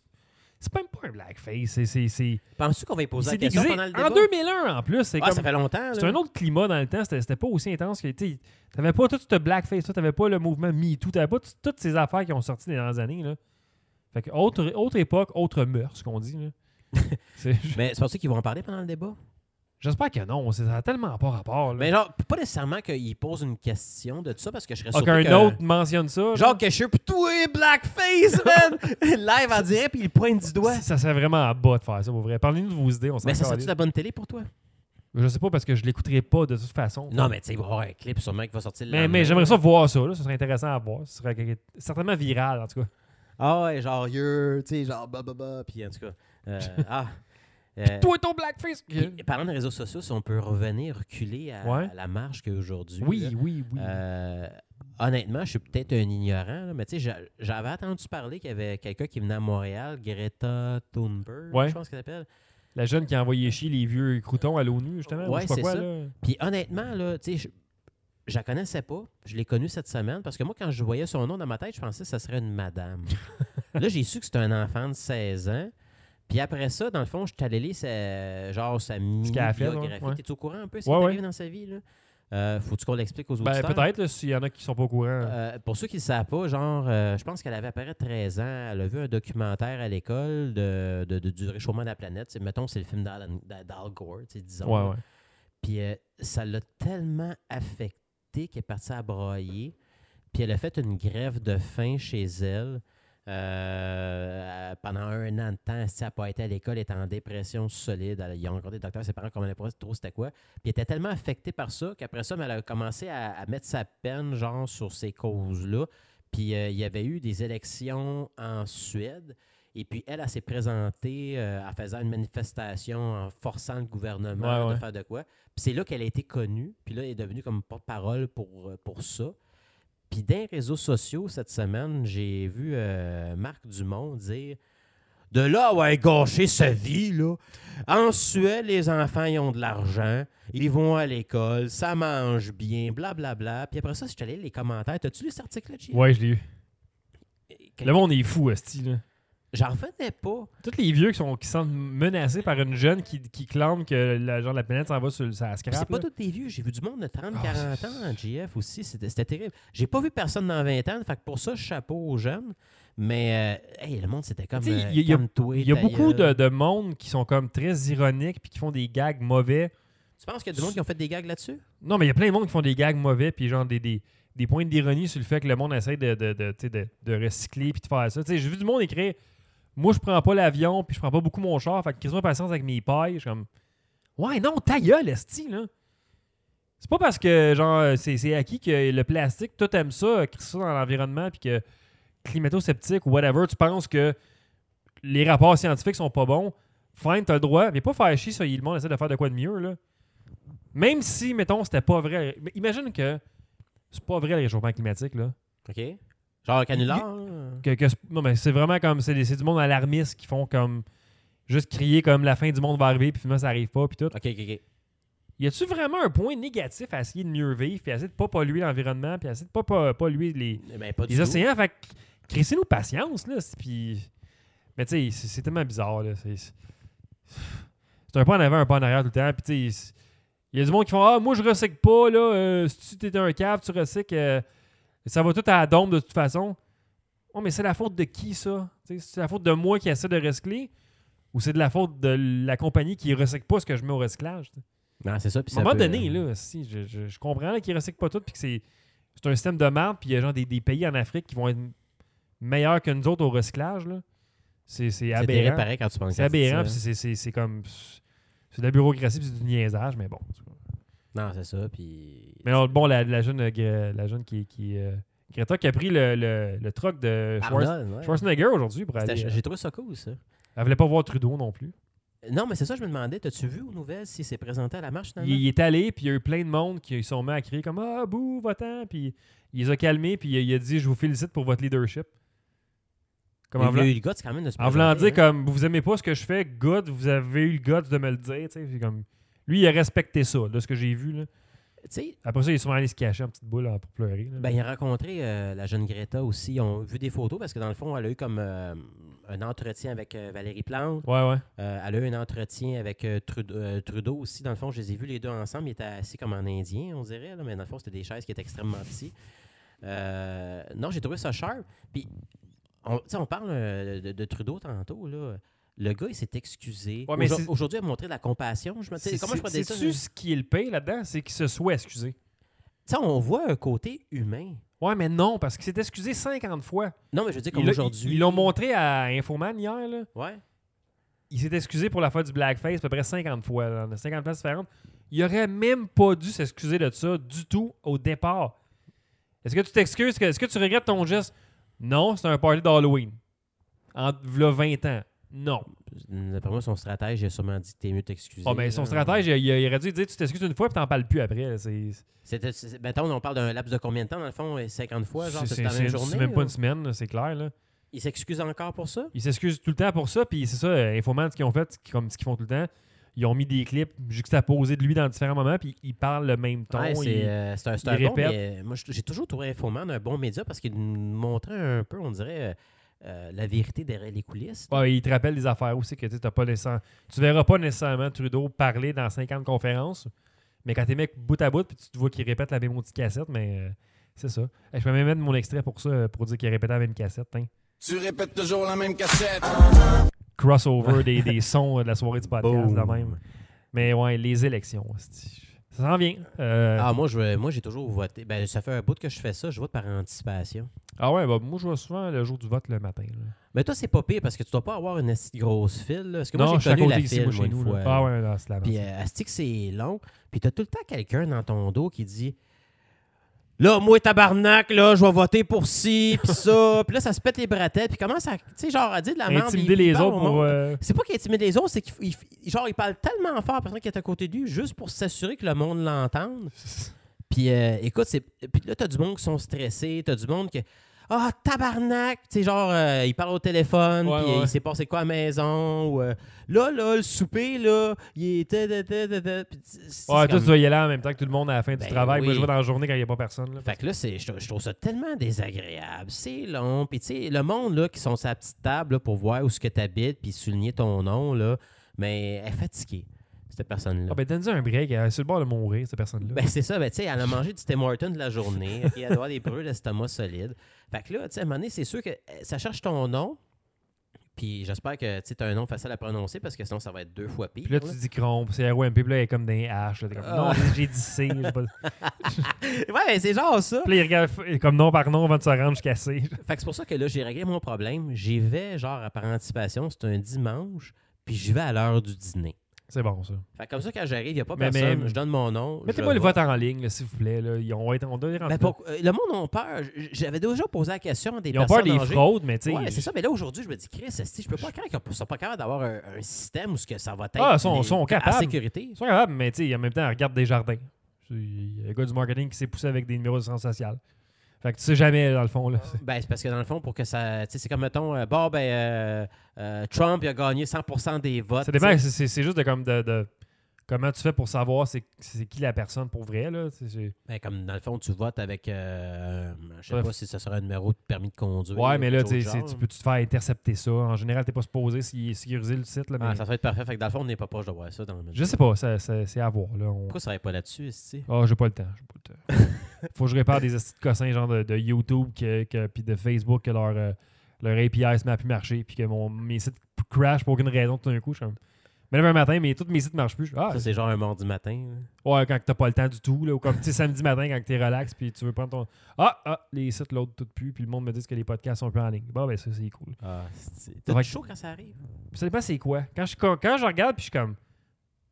C: C'est même pas un blackface. C'est, c'est, c'est...
D: Penses-tu qu'on va y
C: Il
D: poser
C: s'est
D: la question
C: déguisé
D: pendant le débat?
C: en 2001 en plus. C'est,
D: Ah,
C: comme-
D: ça fait longtemps.
C: c'est
D: là.
C: un autre climat dans le temps. C'était, c'était pas aussi intense que. tu sais, T'avais pas tout ce blackface, là, t'avais pas le mouvement MeToo, t'avais pas tout- toutes ces affaires qui ont sorti dans les années. Là. Fait que autre, autre époque, autre mœurs, ce qu'on dit. là. C'est-
D: Mais c'est pour ça qu'ils vont en parler pendant le débat.
C: J'espère que non. c'est- Ça a tellement pas rapport. Là.
D: Mais genre, pas nécessairement qu'ils posent une question de tout ça parce que je serais
C: Ah, qu'un
D: surpris. que-
C: autre mentionne ça. là.
D: Genre que je suis pis toi, blackface, man! Live en direct, puis il pointe du doigt.
C: Ça, ça serait vraiment à bas de faire ça, pour vrai. Parlez-nous de vos idées, on s'en
D: Mais ça
C: calisse.
D: serait-tu la bonne télé pour toi?
C: Je sais pas parce que je l'écouterai pas de toute façon.
D: Non, mais tu sais, il va y avoir un clip sûrement qui va sortir le
C: Mais,
D: lendemain.
C: mais j'aimerais ça voir ça, là. ce serait intéressant à voir. Ce serait quelque- certainement viral en tout cas.
D: Ah ouais, genre, yeah, tu sais, genre, bah, bah, bah, puis en tout cas. euh, ah. euh,
C: Toi et ton blackface!
D: puis, parlant de réseaux sociaux, si on peut revenir, reculer à,
C: Ouais.
D: à la marge qu'aujourd'hui.
C: Oui, oui, oui.
D: Euh, honnêtement, je suis peut-être un ignorant, là, mais tu sais, j'a- j'avais entendu parler qu'il y avait quelqu'un qui venait à Montréal, Greta Thunberg,
C: Ouais.
D: je pense qu'elle s'appelle.
C: La jeune qui a envoyé chier les vieux croutons à l'ONU, justement. ou
D: Ouais,
C: je sais pas
D: c'est
C: quoi,
D: ça.
C: là.
D: Puis honnêtement, là, tu sais, je, je la connaissais pas. Je l'ai connue cette semaine parce que moi, quand je voyais son nom dans ma tête, je pensais que ça serait une madame. là, j'ai su que c'était un enfant de 16 ans. Puis après ça, dans le fond, je suis allé lire sa, genre sa
C: qu'elle a fait, là,
D: mini-biographie.
C: ouais.
D: T'es-tu au courant un peu ce
C: Ouais,
D: qui est
C: ouais.
D: arrivé dans sa vie? Là? Euh, Faut-tu qu'on l'explique aux
C: Ben,
D: auditeurs?
C: peut-être, là, s'il y en a qui sont pas au courant.
D: Euh, pour ceux qui ne savent pas, genre, euh, je pense qu'elle avait à peu près 13 ans. Elle a vu un documentaire à l'école de, de- de- du réchauffement de la planète. C'est- mettons, c'est le film d'Alan- d'Al Gore, tu sais, disons. là.
C: ouais, ouais.
D: Puis euh, ça l'a tellement affectée qu'elle est partie à broyer. Puis elle a fait une grève de faim chez elle. Euh, pendant un an de temps, si elle n'a pas été à l'école, elle était en dépression solide. Elle, ils ont rencontré des docteurs, ses parents comprenaient pas trop c'était quoi. Puis elle était tellement affectée par ça qu'après ça, mais elle a commencé à, à mettre sa peine genre sur ces causes-là. Puis euh, il y avait eu des élections en Suède. Et puis elle, elle s'est présentée euh, en faisant une manifestation, en forçant le gouvernement
C: Ouais,
D: de
C: ouais.
D: faire de quoi. Puis c'est là qu'elle a été connue. Puis là, elle est devenue comme porte-parole pour, euh, pour ça. Puis dans les réseaux sociaux, cette semaine, j'ai vu euh, Marc Dumont dire De là où elle a gâché sa vie, là. En Suède, les enfants, ils ont de l'argent. Ils vont à l'école, ça mange bien, blablabla. Puis après ça, si je te lis les commentaires, t'as-tu lu cet article-là, Chi?
C: Ouais, je l'ai eu.
D: Et-
C: Le monde est fou, Esti, là.
D: J'en revenais pas.
C: Tous les vieux qui, sont, qui sont menacés par une jeune qui, qui clame que la, genre, la planète s'en va sur sa
D: Puis
C: scrap.
D: C'est pas
C: là.
D: tous des vieux. J'ai vu du monde de 30,
C: Ah,
D: 40
C: c'est-
D: ans, GF aussi. C'était c'était terrible. J'ai pas vu personne dans 20 ans. Fait que pour ça, chapeau aux jeunes. Mais euh, hey, le monde, c'était comme.
C: Tu sais,
D: euh,
C: il y a-
D: calme-toi,
C: Il y a
D: ta
C: beaucoup de,
D: gueule.
C: de monde qui sont comme très ironiques puis qui font des gags mauvais.
D: Tu penses qu'il y a du monde qui ont fait des gags là-dessus?
C: Non, mais il y a plein de monde qui font des gags mauvais puis genre des, des, des points d'ironie sur le fait que le monde essaie de, de, de, tu sais, de- de recycler puis de faire ça. Tu sais, J'ai vu du monde écrire Moi, je prends pas l'avion puis je prends pas beaucoup mon char. Fait que crise-moi patience avec mes pailles. Je suis comme Ouais, non, ta gueule, esti, là. C'est pas parce que genre c'est c'est acquis que le plastique, tout aime ça, crie ça dans l'environnement puis que climato-sceptique ou whatever, tu penses que les rapports scientifiques sont pas bons, fine, t'as le droit, mais pas faire chier ça, le monde essaie de faire de quoi de mieux, là. Même si, mettons, c'était pas vrai. mais Imagine que c'est pas vrai le réchauffement climatique, là.
D: OK. Genre canular. hein?
C: Que, que c'est- non, mais c'est vraiment comme. C'est des- c'est du monde alarmiste qui font comme. Juste crier comme la fin du monde va arriver, puis finalement ça arrive pas, puis tout.
D: OK, OK, OK.
C: Y a-tu vraiment un point négatif à essayer de mieux vivre, puis à essayer de pas polluer l'environnement, puis à essayer de pas, pas polluer les,
D: Mais Ben, pas du
C: les
D: tout.
C: océans, fait crissez nous patience, là. c'est- Puis... Mais tu sais, c'est c'est tellement bizarre, là. C'est c'est- c'est un pas en avant, un pas en arrière tout le temps. Puis tu sais, il y a du monde qui font Ah, moi, je recycle pas, là. euh, si tu étais un cave, tu recycles. euh, ça va tout à la dombe, de toute façon. Oh, mais c'est la faute de qui, ça Tu sais, C'est la faute de moi qui essaie de recycler ou c'est de la faute de la compagnie qui recycle pas ce que je mets au recyclage? tu sais?
D: Non, c'est ça. Puis
C: À un
D: ça
C: moment
D: peut- euh,
C: donné, là, si, je, je- je comprends là, qu'ils recyclent pas tout, puis que c'est, c'est un système de merde, puis il y a genre des, des pays en Afrique qui vont être meilleurs que nous autres au recyclage. Là. C'est, c'est
D: C'est terrible
C: aberrant.
D: pareil quand tu penses
C: c'est
D: à ça.
C: aberrant, puis c'est, c'est- c'est comme. C'est de la bureaucratie, puis c'est du niaisage, mais bon.
D: Non, c'est ça. Puis.
C: Mais non, bon, la, la jeune, euh, Gre- la jeune qui. qui euh, Greta qui a pris le, le, le truck de Schwarz-
D: Arnold, ouais.
C: Schwarzenegger aujourd'hui pour aller.
D: C'était-
C: euh,
D: J'ai trouvé ça cool, ça.
C: Elle voulait pas voir Trudeau non plus.
D: Non, mais c'est ça, je me demandais, t'as-tu vu aux nouvelles s'il s'est présenté à la marche
C: Il,
D: finalement?
C: il est allé, puis il y a eu plein de monde qui sont mis à crier comme Ah, bouh, va-t'en. Puis il les a calmés, puis il, a- il a dit Je vous félicite pour votre leadership. Comme en
D: Il y a
C: voulant-
D: eu le gars, c'est quand même de se hein.
C: en voulant
D: présenter,
C: dire, comme vous aimez pas ce que je fais, good, vous avez eu le guts de me le dire. tu sais, c'est comme, lui, il a respecté ça, de ce que j'ai vu. là.
D: hein. Tu sais,
C: Après ça, il est souvent allé se cacher en petite boule là, pour pleurer. là.
D: Ben, il a rencontré euh, la jeune Greta aussi. Ils ont vu des photos parce que dans le fond, elle a eu comme euh, un entretien avec euh, Valérie Plante.
C: ouais, ouais.
D: Euh, elle a eu un entretien avec euh, Trude- euh, Trudeau, aussi. Dans le fond, je les ai vus les deux ensemble. Ils étaient assis comme en indien, on dirait. là, mais dans le fond, c'était des chaises qui étaient extrêmement petites. Euh, non, j'ai trouvé ça sharp. Puis, on, tu sais, on parle euh, de, de Trudeau tantôt. Là. Le gars, il s'est excusé.
C: Ouais, mais
D: Aujourd-
C: c'est-
D: Aujourd'hui, il a montré de la compassion. Je me tu sais,
C: C'est-
D: comment je peux
C: c'est-
D: dire ça?
C: C'est-tu ce qui est le pire là-dedans C'est qu'il se soit excusé.
D: Tu sais, on voit un côté humain.
C: Ouais, mais non, parce qu'il s'est excusé 50 fois.
D: Non, mais je veux dire,
C: Il
D: comme
C: l'a-
D: aujourd'hui.
C: Ils l'ont montré à Infoman hier. Là.
D: Ouais.
C: il s'est excusé pour la fois du blackface à peu près 50 fois, là, dans 50 places différentes. Il aurait même pas dû s'excuser de ça du tout au départ. Est-ce que tu t'excuses? que- Est-ce que tu regrettes ton geste? Non, c'est un party d'Halloween. En v'là 20 ans. Non.
D: D'après moi, son stratège, il a sûrement dit t'es mieux t'excuser.
C: Bon, ben, son
D: là.
C: stratège, il, il aurait dû dire tu t'excuses une fois puis t'en parles plus après. là. C'est
D: C'était- c'est- Mettons, on parle d'un laps de combien de temps, dans le fond, 50 fois, genre,
C: c'est-
D: c'est dans la
C: c'est-
D: même
C: c'est-
D: journée.
C: c'est même pas
D: là.
C: une semaine, là, c'est clair. Là.
D: Il s'excuse encore pour ça?
C: Ils s'excusent tout le temps pour ça, puis c'est ça, euh, Infoman, ce qu'ils ont fait, ce qu'ils- comme ce qu'ils font tout le temps, ils ont mis des clips juxtaposés de lui dans différents moments, puis ils parlent le même ton.
D: Ouais,
C: ils-
D: c'est euh, c'est un, c'est
C: il
D: un bon,
C: répète.
D: mais, euh, moi, j'ai j'ai toujours trouvé Infoman un bon média parce qu'il nous montrait un peu, on dirait, euh, euh, la vérité derrière les coulisses.
C: Ouais, il te rappelle des affaires aussi que tu sais, t'as pas nécessaire- Tu verras pas nécessairement Trudeau parler dans 50 conférences, mais quand t'es mec bout à bout, puis tu te vois qu'il répète la même petite cassette, mais euh, c'est ça. Hey, je peux même mettre mon extrait pour ça, euh, pour dire qu'il répétait la même cassette. hein.
E: Tu répètes toujours la même cassette.
C: Crossover des, des sons euh, de la soirée du podcast,
D: Boom.
C: de même. Mais ouais, les élections. hostie. Ça s'en vient. Euh, ah.
D: Ah, moi, je, moi, j'ai toujours voté. Ben, ça fait un bout que je fais ça, je vote par anticipation.
C: ouais, bah, moi je vois souvent le jour du vote le matin. là.
D: Mais toi, c'est pas pire parce que tu dois pas avoir une esti de grosse file. là. Parce que moi,
C: je suis à
D: j'ai connu la
C: côté ici,
D: file,
C: moi, chez
D: moi, une
C: nous,
D: fois.
C: là. Ah ouais, non, c'est la
D: Puis
C: merde.
D: euh, asti que c'est long. Puis t'as tout le temps quelqu'un dans ton dos qui dit Là, moi, tabarnak, là, je vais voter pour ci, puis ça. puis là, ça se pète les bretelles. Puis commence à, tu sais, genre, à dire de la merde.
C: Intimider
D: puis- puis
C: les
D: parle
C: autres
D: au
C: pour.
D: monde.
C: euh,
D: C'est pas qu'il intimide les autres, c'est qu'il f- il f- genre, il parle tellement fort à la personne qui est à côté de lui juste pour s'assurer que le monde l'entende. Puis euh, écoute, c'est... puis là, t'as du monde qui sont stressés, t'as du monde qui. Ah, tabarnak! Tu sais, genre, euh, il parle au téléphone,
F: Ouais,
D: puis euh,
F: ouais.
D: il s'est passé quoi à la maison? Ou, euh, là, là, le souper, là, il était. da, da, da, da. Puis c'est- c'est
C: Ouais, toi,
D: comme-
C: tu vas y aller en même temps que tout le monde à la fin du
D: Ben
C: travail. Moi,
D: oui.
C: je vais dans la journée quand il n'y a pas personne. là.
D: Fait que là, c'est- je, trou- je trouve ça tellement désagréable. C'est long. Puis, tu sais, le monde, là, qui sont sur la petite table là, pour voir où ce que tu habites, puis souligner ton nom, là, mais elle est fatiguée, cette personne-là.
C: Ah, ben, donne-nous un break. Elle est sur le bord de mourir, cette personne-là.
D: Ben, c'est ça, ben, tu sais, elle a mangé du Tim Hortons de la journée, et elle doit avoir des brûles d'estomac solides. Fait que là, tu sais, à un moment donné, c'est sûr que euh, ça cherche ton nom, puis j'espère que tu as un nom facile à prononcer parce que sinon, ça va être deux fois pire.
C: puis là, tu
D: là.
C: dis crompe, c'est ROMP, puis là, elle est comme des haches. là. T'es comme, non,
D: Ah.
C: j'ai dit C. j'ai pas-
D: Ouais, c'est genre ça.
C: Puis là, il regarde f- comme nom par nom avant de se rendre jusqu'à C.
D: Fait que c'est pour ça que là, j'ai réglé mon problème. J'y vais, genre, à par anticipation, c'est un dimanche, puis j'y vais à l'heure du dîner.
C: C'est bon, ça.
D: Fait que comme ça, quand j'arrive, il n'y a pas
C: Mais- mais-
D: personne, je donne mon nom. je
C: Mettez-moi le
D: vote.
C: vote en ligne, là, s'il vous plaît. Là. Ils ont, été- on doit les rendre
D: Ben,
C: là.
D: pour- euh, le monde a peur. J- J'avais déjà posé la question à des
C: Ils ont peur
D: personnes
C: des
D: âgées.
C: fraudes, mais tu sais.
D: Ouais,
C: ils-
D: c'est ça. Mais là, aujourd'hui, je me dis, Chris, esti, je peux pas croire qu'ils sont pas capables d'avoir un, un système où ce que ça va être
C: Ah, sont-
D: les-
C: sont
D: à
C: capables.
D: sécurité.
C: Ils sont capables, mais tu sais, en même temps, ils regardent des jardins. Il y a un gars du marketing qui s'est poussé avec des numéros de sens social. Fait que tu sais jamais, dans le fond. Là. C'est-
D: Ben, c'est parce que dans le fond, pour que ça. Tu sais, c'est comme, mettons, euh, bon, ben, euh, euh, Trump, il a gagné 100 des votes.
C: Ça
D: tu sais.
C: dépend, c'est- c'est c'est juste de, comme de, de- comment tu fais pour savoir c'est c'est qui la personne pour vrai. Là. C'est- c'est-
D: Ben, comme dans le fond, tu votes avec. euh, je sais
C: Bref.
D: pas si ça sera un numéro de permis de conduire.
C: Ouais, mais là,
D: quelque
C: tu
D: chose
C: sais,
D: du
C: c'est- tu
D: genre.
C: peux te faire intercepter ça. En général, t'es pas supposé s'il est sécurisé le site. Là, mais
D: Ah, ça va être parfait. Fait que dans le fond, on n'est pas proche de voir ça dans le
C: Je sais pas, ça- ça- c'est à voir. Là. On-
D: Pourquoi ça va pas là-dessus, esti?
C: Ah, j'ai pas le temps. J'ai pas le temps. Faut que je répare des astuces de cossins, genre de, de YouTube que, que- puis de Facebook, que leur, euh, leur API se met à plus marcher, puis que mon, mes sites p- crash pour aucune raison tout d'un coup. Je suis comme. Mais là, un matin, mais tous mes sites marchent plus. Je fais, Ah,
D: Ça, c'est genre un mardi matin. là.
C: ouais, quand t'as pas le temps du tout, là, ou comme tu sais, samedi matin, quand t'es relax, puis tu veux prendre ton. Ah, ah, les sites l'autre tout plus, puis le monde me dit que les podcasts sont plus en ligne. Bon, ben ça, c'est cool.
D: Ah,
C: Ça
D: esti.
C: va
D: T'as
C: être-
D: chaud quand ça arrive?
C: Puis ça dépend c'est quoi. Quand je, quand quand je regarde, puis je suis comme.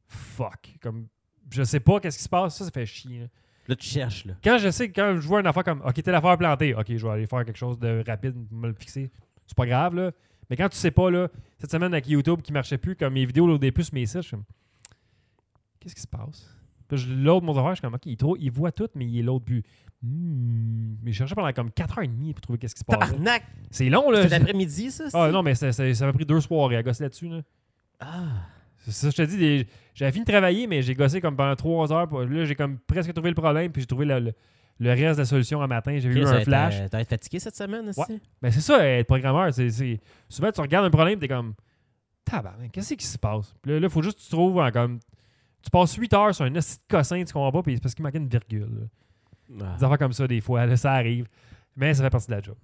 C: Fuck. Comme, je sais pas qu'est-ce qui se passe, ça, ça fait chier. là.
D: Là, tu cherches, là.
C: Quand je sais que quand je vois une affaire comme OK, t'es l'affaire plantée, OK, je vais aller faire quelque chose de rapide, me le fixer. C'est pas grave, là. Mais quand tu sais pas, là, cette semaine avec YouTube qui marchait plus, comme mes vidéos l'audaient plus mes sites, je suis comme, Qu'est-ce qui se passe? Puis je l'aude mon affaire, je suis comme OK, il, trou- il voit tout, mais il l'autre plus. Hmm. Mais je cherchais pendant comme 4h30 pour trouver qu'est-ce qui se passe.
D: Tabarnak!
C: C'est long, là.
D: C'est l'après-midi, ça?
C: Ah
D: c'est-
C: non, mais c'est- c'est- ça m'a pris deux soirées à gosser là-dessus, là.
D: Ah.
C: C'est ça, je te dis, des- j'avais fini de travailler, mais j'ai gossé comme pendant trois heures. Puis Là, j'ai comme presque trouvé le problème, puis j'ai trouvé le, le- le reste de la solution un matin. J'ai eu
D: Chris,
C: un
D: t'as-
C: flash.
D: T'as été fatigué cette semaine, esti?
C: Mais c'est ça, être programmeur. c'est- c'est- Souvent, tu regardes un problème, t'es comme, tabarnak, qu'est-ce qui se passe? Puis là, il faut juste que tu trouves, hein, comme, tu passes huit heures sur un esti de cossin, tu comprends pas, puis c'est parce qu'il manquait une virgule. là.
D: Ah.
C: Des affaires comme ça, des fois, là, ça arrive. Mais ça fait partie de la job.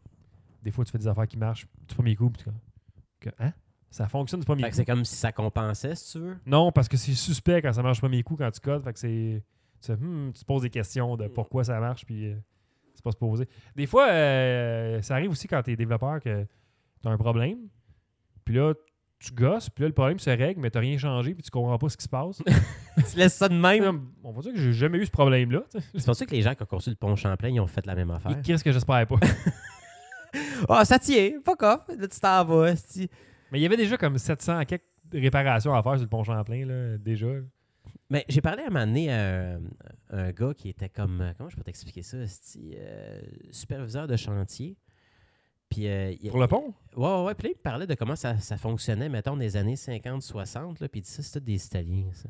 C: Des fois, tu fais des affaires qui marchent du premier coup, puis tu es comme, que, hein? Ça fonctionne du premier
D: Fait
C: coup.
D: que c'est comme si ça compensait, si tu veux.
C: Non, parce que c'est suspect quand ça marche pas mes coups quand tu codes. Fait que c'est. Tu, fais, Hmm, tu te poses des questions de pourquoi ça marche, puis euh, c'est pas se poser. Des fois, euh, ça arrive aussi quand t'es développeur que t'as un problème, puis là, tu gosses, puis là, le problème se règle, mais t'as rien changé, puis tu comprends pas ce qui se passe.
D: tu laisses ça de même.
C: On va dire que j'ai jamais eu ce problème-là. tu sais.
D: C'est pour ça que les gens qui ont conçu le pont Champlain, ils ont fait la même affaire.
C: Et qu'est-ce que j'espère pas.
D: Ah, ça tient, fuck off. Là, tu t'en vas, esti.
C: mais il y avait déjà comme 700 à quelques réparations à faire sur le pont Champlain, là, déjà.
D: Mais j'ai parlé à un moment donné à un, un gars qui était comme. euh, Comment je peux t'expliquer ça? esti, euh, superviseur de chantier. Puis, euh, il-
C: Pour le pont?
D: Ouais, ouais, ouais. Puis là, il me parlait de comment ça, ça fonctionnait, mettons, des années 50-60. Puis il dit ça, c'est tout des Italiens, ça.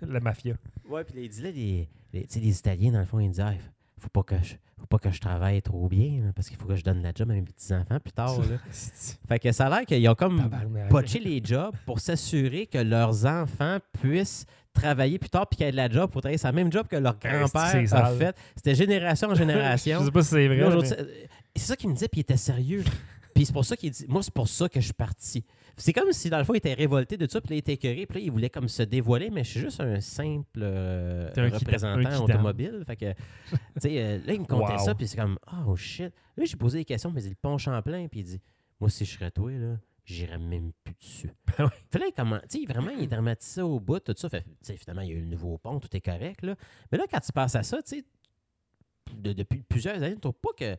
C: La mafia.
D: Ouais, puis là, il dit là, les, les- tu sais, les Italiens, dans le fond, ils disaient, Ah, faut pas que je, faut pas que je travaille trop bien, là, parce qu'il faut que je donne la job à mes petits-enfants plus tard. là. fait que ça a l'air qu'ils ont comme
C: Ah, Tabarnak.
D: botché les jobs pour s'assurer que leurs enfants puissent travailler plus tard puis qu'ils aient de la job pour travailler sa même job que leur
C: c'est-
D: grand-père
C: Ben, c'est
D: a
C: sale.
D: fait. C'était génération en génération.
C: Je sais pas si c'est vrai.
D: Là,
C: mais-
D: aujourd'hui, euh, C'est ça qu'il me disait, puis il était sérieux. Puis c'est pour ça qu'il dit Moi, c'est pour ça que je suis parti. C'est comme si, dans le fond, il était révolté de ça, puis là, il était écœuré, puis là, il voulait comme se dévoiler, mais je suis juste un simple euh,
C: T'es un qui-
D: représentant
C: un qui dame.
D: automobile. Fait que, tu sais, euh, là, il me contait
C: Wow.
D: ça, puis c'est comme Oh shit. Là, j'ai posé des questions, mais il dit Le pont Champlain, puis il dit Moi, si je serais toi, là, j'irais même plus dessus.
C: Ben ouais.
D: Fait là, il comment, tu sais, vraiment, il est dramatisé au bout, tout ça. Fait, tu sais, finalement, il y a eu le nouveau pont, tout est correct, là. Mais là, quand tu penses à ça, tu sais, de- depuis plusieurs années, tu trouves pas que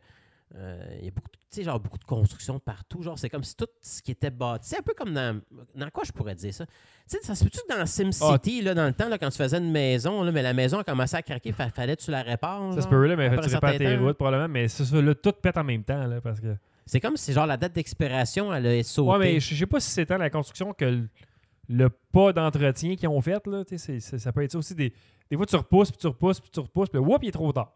D: euh, il y a beaucoup de, tu sais, genre, beaucoup de construction partout. Genre, c'est comme si tout ce qui était bâti. C'est un peu comme dans. Dans quoi je pourrais dire ça? Tu sais, ça se peut-tu que dans SimCity,
C: Ah.
D: là, dans le temps, là, quand tu faisais une maison, là, mais la maison a commencé à craquer, fa- fallait que tu la répares.
C: Ça se
D: genre?
C: peut, là, mais
D: Mhm. Après
C: tu
D: un
C: répares
D: certain
C: tes
D: temps.
C: routes probablement. Mais c'est ça, là, tout pète en même temps, là, parce que.
D: C'est comme si genre la date d'expiration, elle a
C: Ouais,
D: sauté.
C: mais je je sais pas si c'est tant la construction que le, le pas d'entretien qu'ils ont fait. Là, tu sais, c'est- c'est- ça peut être ça aussi. Des, des fois, tu repousses, puis tu repousses, puis tu repousses, puis là, whoop, il est trop tard.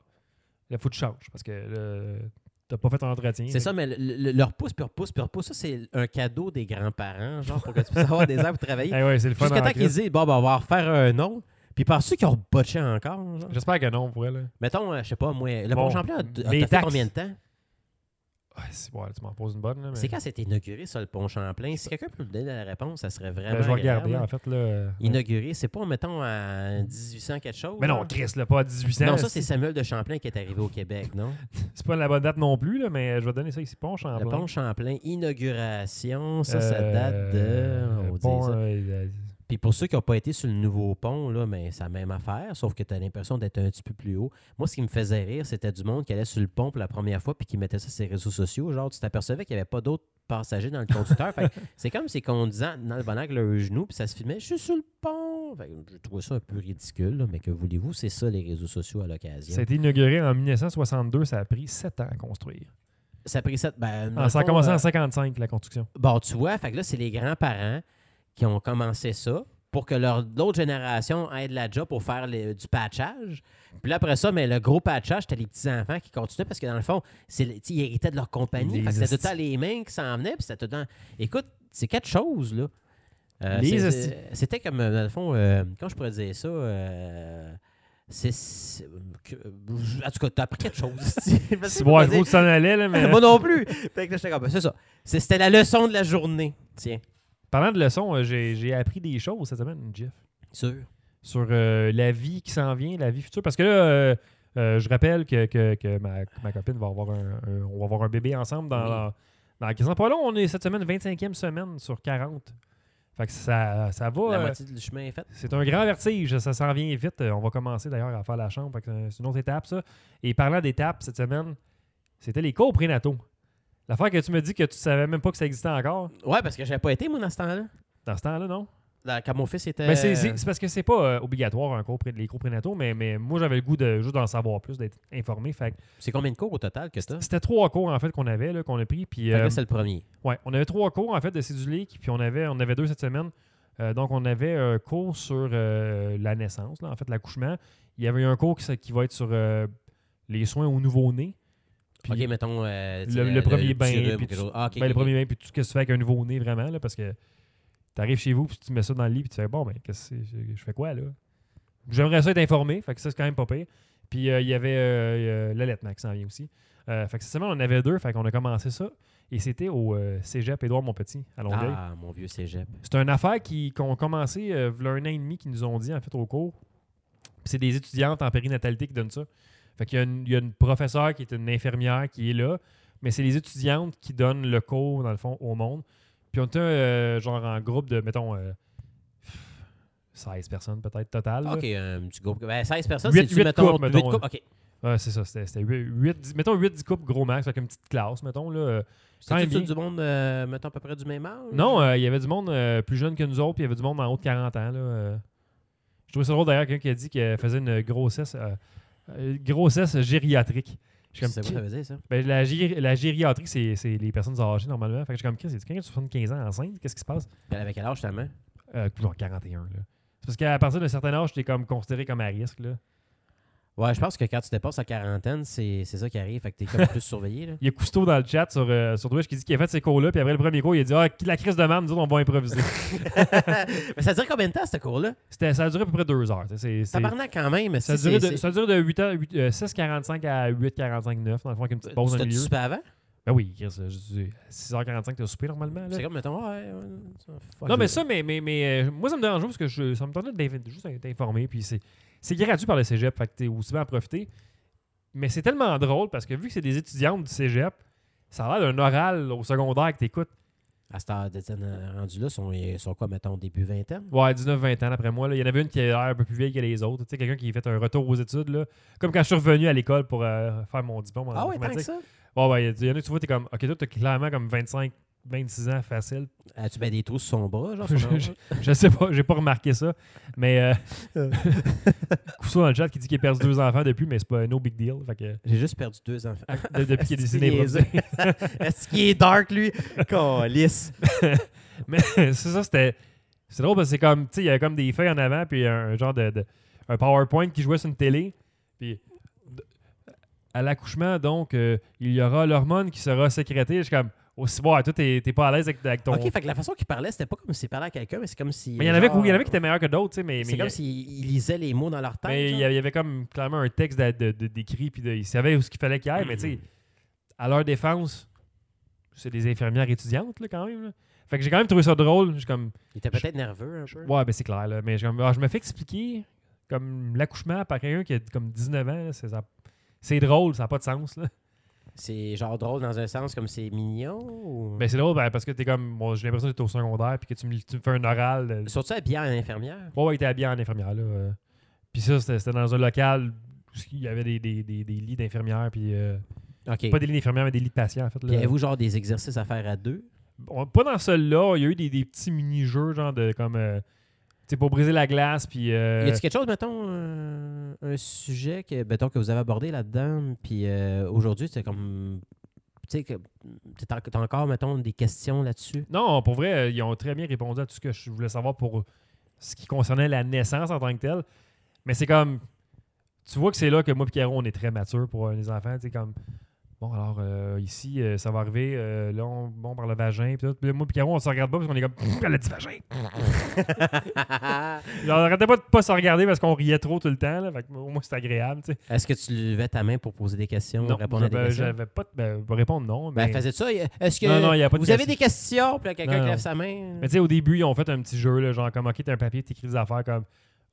C: Là, faut que tu changes parce que là, t'as pas fait ton entretien.
D: C'est ça, mais le, le- le repousse, puis repousse, puis repousse, ça, c'est un cadeau des grands-parents, genre, pour que tu puisses avoir des heures pour travailler.
C: Eh ouais, c'est le fun.
D: Jusqu'à
C: en
D: temps qu'ils
C: crise.
D: disent, bon, ben, on va en refaire un autre. Puis par ceux qui ont botché encore, genre.
C: J'espère que non, pour elle. là.
D: Mettons, euh, je sais pas, moi, le
C: Bon,
D: pont Champlain a, a
C: les
D: t'as fait
C: taxes.
D: combien de temps?
C: Ah, c'est- ouais, tu m'en poses une bonne. là, mais- Euh,
D: C'est quand c'était inauguré, ça, le pont Champlain? Si quelqu'un peut me donner la réponse, ça serait
C: Ben,
D: vraiment. hein.
C: je vais regarder,
D: agréable.
C: en fait. Là, euh,
D: Inauguré, c'est pas, mettons, à 1800 quelque chose.
C: Mais non,
D: genre?
C: Chris, là, pas à 18 ans.
D: Non, ça, c'est Samuel de Champlain qui est arrivé au Québec, non?
C: c'est pas la bonne date non plus, là, mais je vais donner ça ici. Pont Champlain.
D: Le pont Champlain, inauguration, ça, ça
C: Ah Euh,
D: date de. on dit
C: pont,
D: ça.
C: euh,
D: Puis pour ceux qui n'ont pas été sur le nouveau pont, là, mais c'est la même affaire, sauf que tu as l'impression d'être un petit peu plus haut. Moi, ce qui me faisait rire, c'était du monde qui allait sur le pont pour la première fois puis qui mettait ça sur ses réseaux sociaux. Genre, tu t'apercevais qu'il n'y avait pas d'autres passagers dans le conducteur. Fait que c'est comme ces conduisants dans le bonheur avec leurs genoux, puis ça se filmait, je suis sur le pont. Fait que je trouvais ça un peu ridicule, là, mais que voulez-vous, c'est ça les réseaux sociaux à l'occasion.
C: ça a été inauguré en 1962. Ça a pris 7 ans à construire.
D: Ça a pris ça. Ben, dans
C: Ah,
D: le
C: ça a
D: fond,
C: commencé
D: euh,
C: en 55, la construction.
D: Bon, tu vois, fait que là, c'est les grands-parents qui ont commencé ça pour que leur l'autre génération ait de la job pour faire les- du patchage. Puis là, après ça, mais le gros patchage, c'était les petits-enfants qui continuaient parce que dans le fond, c'est le- tu sais, ils héritaient de leur compagnie.
C: Les
D: Fait que c'était tout
C: esti-
D: le temps les mains qui s'en venaient, puis c'était tout le temps... Écoute, c'est quelque chose, là. Euh,
C: Les
D: c'est-
C: esti-
D: C'était comme, dans le fond, euh, comment je pourrais dire ça... euh, c'est... c'est- que- En tout cas, t'as appris quelque chose. Parce que
C: Si
D: je pourrais
C: bon, je
D: dire-
C: vous s'en allait, là, mais.
D: Euh, moi non plus. Fait que là, j'étais comme, ben, c'est ça. C'est- C'était la leçon de la journée. Tiens.
C: Parlant de leçons, euh, j'ai j'ai appris des choses cette semaine, Jeff,
D: Sûr.
C: sur euh, la vie qui s'en vient, la vie future. Parce que là, euh, euh, je rappelle que, que- que ma, ma copine va avoir un, un- on va avoir un bébé ensemble dans.
D: Oui.
C: dans, dans- dans- pas long, on est cette semaine 25e semaine sur 40. Fait que ça, ça va.
D: La
C: euh,
D: moitié du chemin est faite.
C: C'est un grand vertige, ça s'en vient vite. Euh, On va commencer d'ailleurs à faire la chambre. Fait que euh, c'est- C'est une autre étape, ça. Et parlant d'étapes, cette semaine, c'était les cours prénataux. L'affaire que tu me dis que tu savais même pas que ça existait encore,
D: Ouais, parce que j'avais pas été, moi, dans ce temps-là.
C: dans ce temps-là, non?
D: Dans- Quand mon fils était.
C: Ben, c'est- c'est c'est parce que c'est pas euh, obligatoire un cours pré- les cours prénataux, mais, mais moi j'avais le goût de juste d'en savoir plus, d'être informé. Fait que
D: C'est combien de cours au total que t'as?
C: c'était trois cours en fait qu'on avait, là, qu'on a pris. Puis,
D: Ah. Fait que
C: euh,
D: là, c'est le premier.
C: Ouais, on avait trois cours en fait de cédulique, puis on avait, on avait deux cette semaine. Euh, donc, on avait un cours sur euh, la naissance, là, en fait, l'accouchement. Il y avait eu un cours qui, s- qui va être sur euh, les soins au nouveau-né. Puis
D: ok, mettons. euh, tu sais,
C: le, le premier
D: petit
C: bain,
D: rhume,
C: puis
D: quelque
C: tu-
D: chose. Ah, ok,
C: ben, le
D: ok,
C: premier bain, puis tout ce que tu fais avec un nouveau-né, vraiment, là, parce que tu arrives chez vous, puis tu mets ça dans le lit, puis tu fais Bon, ben, qu'est-ce que c'est? je, je fais quoi, là J'aimerais ça être informé, fait que ça, c'est quand même pas pire. Puis euh, il y avait euh, euh, l'allaitement qui s'en vient aussi. Euh, fait que cette semaine, on en avait deux, fait qu'on a commencé ça, et c'était au euh, cégep Édouard-Montpetit, à
D: ok.
C: Longueuil.
D: Ah, mon vieux cégep.
C: C'est une affaire qui- qu'on a commencé euh, v'là un an et demi qui nous ont dit en fait au cours. Puis c'est des étudiantes en périnatalité qui donnent ça. Fait qu'il y a une, il y a une professeure qui est une infirmière qui est là, mais c'est les étudiantes qui donnent le cours, dans le fond, au monde. Puis on était euh, genre en groupe de, mettons, euh, 16 personnes peut-être total. là.
D: Ok, un petit groupe. Ben, 16 personnes,
C: Huit-
D: c'est-tu,
C: huit
D: mettons,
C: couples,
D: huit
C: mettons,
D: couples? Ok.
C: Ouais, c'est ça, c'était c'était huit- huit- dix- mettons 8-10 couples gros max, avec une petite classe, mettons. Là. Euh, quand même
D: C'était-tu
C: bien.
D: du monde, euh, mettons, à peu près du même âge?
C: Non, euh, il y avait du monde euh, plus jeune que nous autres, puis il y avait du monde en haut de 40 ans. Là, euh. Je trouvais ça drôle d'ailleurs, quelqu'un qui a dit qu'elle faisait une grossesse, euh, euh, grossesse gériatrique. Je
D: Je
C: suis
D: sais pas
C: comme,
D: ça veut dire, ça.
C: Ben, la, géri- la gériatrie, c'est c'est les personnes âgées normalement. Fait que je suis comme, Chris, c'est quelqu'un de 75 ans enceinte, qu'est-ce qui se passe?
D: Puis Elle avait quel âge, justement?
C: Euh, coudonc, 41. là. C'est parce qu'à partir d'un certain âge, t'es comme considéré comme à risque. Là.
D: Ouais, je pense que quand tu dépasses la quarantaine, c'est c'est ça qui arrive. Fait que t'es comme plus surveillé, là.
C: Il y a Cousteau dans le chat sur, euh, sur Twitch qui dit qu'il a fait ses cours-là, puis après le premier cours, il a dit Ah, la crise de man, nous autres, on va improviser.
D: Mais ça dure combien de temps, ce cours-là?
C: C'était- ça a duré à peu près deux heures. tu sais, c'est- c'est-
D: Tabarnak quand même. mais
C: Ça
D: si
C: dure
D: c'est-
C: de,
D: c'est-
C: ça dure de 8 ans- huit- euh, 6h45 à 8h45, 9, dans le fond, avec une petite pause
D: Tu
C: au
D: t'as
C: milieu.
D: super avant?
C: Ben oui, Chris, euh, je dis, 6h45, t'as soupé normalement. là.
D: C'est comme, mettons, ouais, ouais, ça, fuck,
C: Non, mais
D: je-
C: ça, mais, mais, mais euh, moi, ça me dérange pas parce que je, ça me tentait d'in- juste d'informer. Puis c'est, c'est gratuit par le cégep, fait que t'es aussi bien à profiter. Mais c'est tellement drôle parce que vu que c'est des étudiantes du cégep, ça a l'air d'un oral au secondaire que t'écoutes.
D: À cette heure de- de- rendu là, sont, ils sont quoi, mettons, début vingtaine?
C: Ouais, 19-20 ans, après moi. là. Il y en avait une qui avait l'air un peu plus vieille que les autres. Tu sais, quelqu'un qui a fait un retour aux études. Là. Comme quand je suis revenu à l'école pour euh, faire mon diplôme en
D: Ah ouais, tant que
C: informatique.
D: ça?
C: Ouais, ouais, il y en a, tu vois, t'es comme, ok, toi, t'as clairement comme 25, 26 ans facile.
D: As-tu ben des trous sur son bras, genre?
C: Je-
D: son-
C: Je sais pas, j'ai pas remarqué ça. Mais euh, Cousseau dans le chat qui dit qu'il a perdu deux enfants depuis, mais c'est pas no big deal. Fait que,
D: J'ai juste perdu deux enfants.
C: de- depuis qu'il a
D: Est-ce
C: décidé
D: qu'il
C: d'improviser.
D: est- Est-ce qu'il est dark, lui? Calisse.
C: Mais c'est ça, c'était. C'est drôle parce que c'est comme, tu sais, il y avait comme des feuilles en avant, puis un, un genre de, de- un PowerPoint qui jouait sur une télé. Puis d- à l'accouchement, donc, euh, il y aura l'hormone qui sera sécrétée. Je suis comme, aussi bon, toi, t'es t'es pas à l'aise avec, avec ton.
D: OK, fait que la façon qu'il parlait, c'était pas comme s'il parlait à quelqu'un, mais c'est comme si...
C: mais il y en avait, que-
D: genre, euh,
C: oui, il y en avait qui étaient meilleurs que d'autres, tu sais, mais. mais
D: C'est comme
C: il-
D: s'il il lisait les mots dans leur tête.
C: Mais il y
D: genre.
C: avait- il y avait comme clairement un texte de- de- de- d'écrit, puis de- il savait où ce qu'il fallait qu'il aille, mais tu sais, à leur défense, c'est des infirmières étudiantes, là, quand même. là. Fait que j'ai quand même trouvé ça drôle. J'ai comme,
D: Il était peut-être nerveux un peu.
C: ouais, ben c'est clair, là. Mais j'ai comme, ah, je me fais expliquer, comme l'accouchement par quelqu'un qui a comme 19 ans, là, c'est ça- c'est drôle, ça n'a pas de sens, là.
D: C'est genre drôle dans un sens, comme c'est mignon. Ou...
C: Mais c'est drôle ben, parce que t'es comme, bon, j'ai l'impression que t'es au secondaire, puis que tu me, tu me fais un oral. là.
D: Surtout habillé en infirmière.
C: Ouais, ouais, il était habillé en infirmière, là. euh. Puis ça, c'était c'était dans un local où il y avait des, des- des- des lits d'infirmières, puis. euh,
D: OK.
C: Pas des lits d'infirmières, mais des lits de patients, en fait.
D: Puis
C: Là.
D: avez-vous genre des exercices à faire à deux?
C: On- pas dans celui-là. Il y a eu des, des petits mini-jeux, genre de comme. euh, tu sais, pour briser la glace, puis. euh,
D: Y a-t-il quelque chose, mettons, euh, un sujet que, mettons, que vous avez abordé là-dedans, puis euh, aujourd'hui, c'est comme... Tu sais, que t'es en- t'as encore, mettons, des questions là-dessus?
C: Non, pour vrai, euh, ils ont très bien répondu à tout ce que je voulais savoir pour ce qui concernait la naissance en tant que telle. Mais c'est comme. Tu vois que c'est là que moi et Pierrot, on est très mature pour euh, les enfants. Tu sais, comme. Bon, alors, euh, ici, euh, ça va arriver. euh, là, on, bon, par le vagin. Puis tout. Puis là, moi et Pierrot, on se regarde pas parce qu'on est comme. Elle a dit vagin. Genre, on arrêtait pas de pas se regarder parce qu'on riait trop tout le temps. Là, fait que, au moins, c'est agréable. tu sais.
D: Est-ce que tu levais ta main pour poser des questions,
C: Non,
D: répondre à des
C: j'avais-
D: questions?
C: j'avais pas de- ben, répondre non.
D: Ben,
C: mais-
D: faisait ça. Est-ce que
C: Non, non, il y a pas de
D: vous avez des questions? Puis là, quelqu'un
C: Non,
D: qui
C: non.
D: lève sa main. Ben,
C: Mais tu sais, au début, ils ont fait un petit jeu, là, genre comme, OK, t'as un papier, t'écris des affaires comme,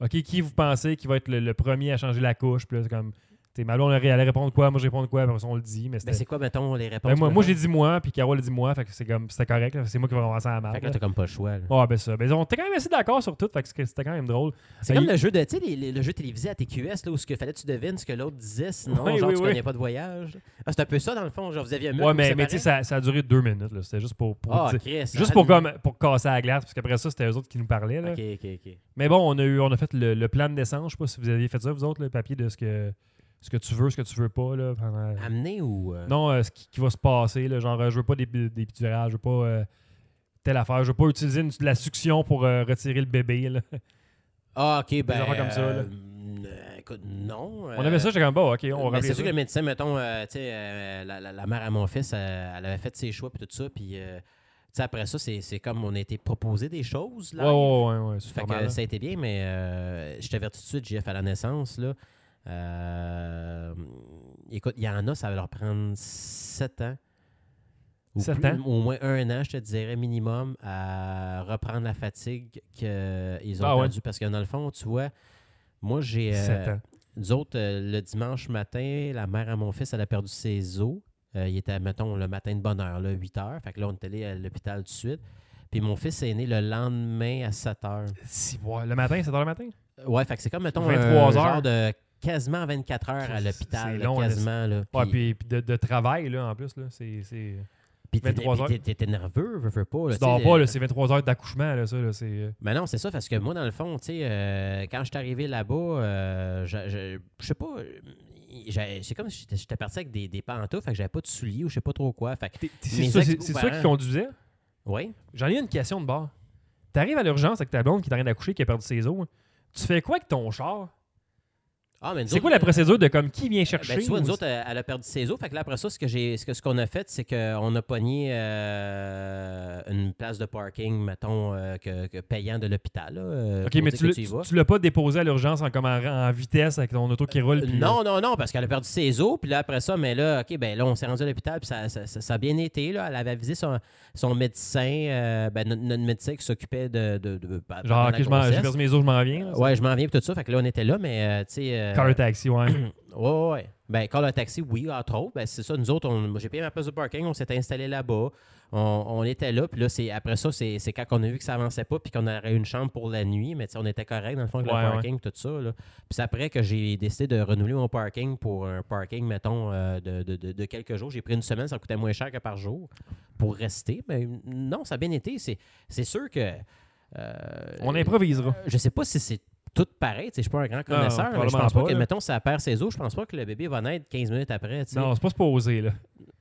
C: OK, qui vous pensez qui va être le, le premier à changer la couche? Puis là, c'est comme, tu sais, Malou, on allait répondre quoi, moi je réponds quoi, après ça, on le dit. Mais
D: Ben,
C: c'était.
D: c'est quoi, mettons, les réponses?
C: Ben, moi,
D: que
C: moi
D: t'as?
C: j'ai dit moi, puis Carole a dit moi, fait que c'est comme, c'était correct, là, c'est moi qui vais commencer à
D: Fait
C: marque.
D: que là, t'as comme pas le choix. là.
C: Ouais, ben ça. Ben, on était quand même assez d'accord sur tout, fait que c'était c'était quand même drôle.
D: C'est
C: Ben,
D: comme
C: il-
D: le jeu de, tu sais, les- les- le jeu télévisé à TQS, là, où ce que fallait que tu devines ce que l'autre disait, sinon,
C: Oui,
D: genre,
C: oui,
D: tu
C: oui.
D: connais pas de voyage. Ah, c'est un peu ça, dans le fond. Genre, vous aviez un mur.
C: Ouais,
D: vous
C: mais, mais
D: séparez.
C: tu sais, ça, ça a duré deux minutes, là. C'était juste pour. pour
D: Ah,
C: dire-
D: Chris.
C: Juste
D: ah,
C: pour, euh,
D: mais-
C: comme, pour casser la glace, parce qu'après ça, c'était eux autres qui nous parlaient. Là.
D: Ok, ok, ok.
C: Mais bon, on a, eu, on a fait le, le plan de naissance. Je sais pas si vous aviez fait ça, vous autres, le papier de ce que, ce que tu veux, ce que tu veux pas. Là, pendant...
D: Amener ou. euh,
C: Non, euh, ce qui, qui va se passer. Là, genre, euh, je veux pas des, bi- des pédurales, je veux pas euh, telle affaire, je veux pas utiliser une- de la suction pour euh, retirer le bébé. là.
D: Ah, ok, ben.
C: affaires comme ça, là.
D: euh, écoute, non.
C: on
D: euh,
C: avait ça, j'étais comme, bah, ok, on
D: Mais
C: rappelle
D: c'est sûr
C: ça.
D: que le médecin, mettons, euh, tu sais, euh, la, la- la mère à mon fils, euh, elle avait fait ses choix puis tout ça, puis euh, tu sais, après ça, c'est c'est comme on a été proposé des choses.
C: Ouais,
D: Là.
C: ouais, ouais, ouais, c'est
D: fait que
C: normal, là.
D: ça a été bien, mais euh, je t'avertis tout de suite, JF, à la naissance, là, euh, écoute, il y en a, ça va leur prendre 7 ans. Ou
C: Sept
D: plus,
C: ans?
D: Au moins un an, je te dirais, minimum, à reprendre la fatigue qu'ils ont
C: Ah ouais.
D: perdue. Parce que dans le fond, tu vois, moi, j'ai. euh,
C: Sept ans.
D: nous autres, euh, le dimanche matin, la mère à mon fils, elle a perdu ses os. Euh, il était, mettons, le matin de bonne heure, là, 8 heures. Fait que là, on est allé à l'hôpital tout de suite. Puis mon fils est né le lendemain à 7 heures.
C: Si, ouais, le matin, 7 h le matin?
D: Euh, Ouais, fait que c'est comme, mettons,
C: 23
D: un genre
C: heures.
D: de quasiment 24 heures à
C: C'est- c'est
D: l'hôpital. là,
C: long, là,
D: quasiment, là.
C: Ouais,
D: Puis,
C: puis, puis de, de travail, là, en plus, là. C'est. c'est-
D: puis t'étais-
C: 23 heures.
D: puis t'étais nerveux, veux, veux pas.
C: Tu
D: là, tu sais,
C: dors pas,
D: euh,
C: là, c'est 23 heures d'accouchement, là, ça, là, c'est. euh,
D: Mais non, c'est ça, parce que moi, dans le fond, tu sais, euh, quand je suis arrivé là-bas, euh, je, je, je sais pas, euh, j'ai- c'est comme si j'étais- j'étais parti avec des, des pantoufles, fait que j'avais pas de souliers ou je sais pas trop quoi. Fait que,
C: t'es- t'es-
D: Mes
C: C'est toi- c'est-
D: ex-beaux-parents.
C: c'est toi qui conduisais?
D: oui.
C: J'en ai une question de bord. T'arrives à l'urgence avec ta blonde qui est en train d'accoucher, qui a perdu ses os. hein. Tu fais quoi avec ton char?
D: Ah, mais nous
C: C'est
D: autres,
C: quoi la
D: euh,
C: procédure de comme qui vient chercher?
D: ben, tu vois,
C: ou-
D: nous autres, euh, elle a perdu ses os. Fait que là, après ça, ce que j'ai, ce que- ce qu'on a fait, c'est qu'on a pogné euh, une place de parking, mettons, euh, que, que payant de l'hôpital. là, euh,
C: Ok,
D: pour
C: mais
D: dire
C: tu
D: que
C: l'as-
D: y
C: tu
D: vas.
C: tu l'as pas déposé à l'urgence en, comme en, en vitesse avec ton auto qui roule. puis-
D: non, non, non, parce qu'elle a perdu ses os. Puis là, après ça, mais là, OK, ben là, on s'est rendu à l'hôpital. Puis ça, ça- ça- ça a bien été. Là. Elle avait visé son, son médecin, euh, ben, notre, notre médecin qui s'occupait de. de, de- pendant
C: euh, Genre,
D: la
C: ok, je m'en- j'ai
D: grossesse.
C: perdu mes os, je m'en viens. là, ça.
D: Ouais, je m'en viens, puis tout ça. Fait que là, on était là, mais euh, tu sais. euh,
C: Car taxi, ouais.
D: Ouais, ouais, ouais. Ben, quand le taxi, oui, entre autres, ben, c'est ça. Nous autres, on- moi, j'ai payé ma place de parking, on s'est installé là-bas. on, on était là, puis là, c'est, après ça, c'est, c'est quand on a vu que ça avançait pas, puis qu'on aurait une chambre pour la nuit, mais tu sais, on était correct dans le fond avec
C: Ouais,
D: le parking, tout ça. là. Puis c'est après que j'ai décidé de renouveler mon parking pour un parking, mettons, euh, de, de- de- de quelques jours. J'ai pris une semaine, ça coûtait moins cher que par jour pour rester. Mais non, ça a bien été. C'est, c'est sûr que. euh,
C: On improvisera.
D: euh, Je sais pas si c'est tout pareil. tu sais, Je suis pas un grand
C: Non,
D: connaisseur. mais je
C: probablement
D: pense pas,
C: pas,
D: que,
C: là.
D: mettons, ça perd ses os. Je pense pas que le bébé va naître 15 minutes après. tu sais.
C: Non, c'est pas supposé, là.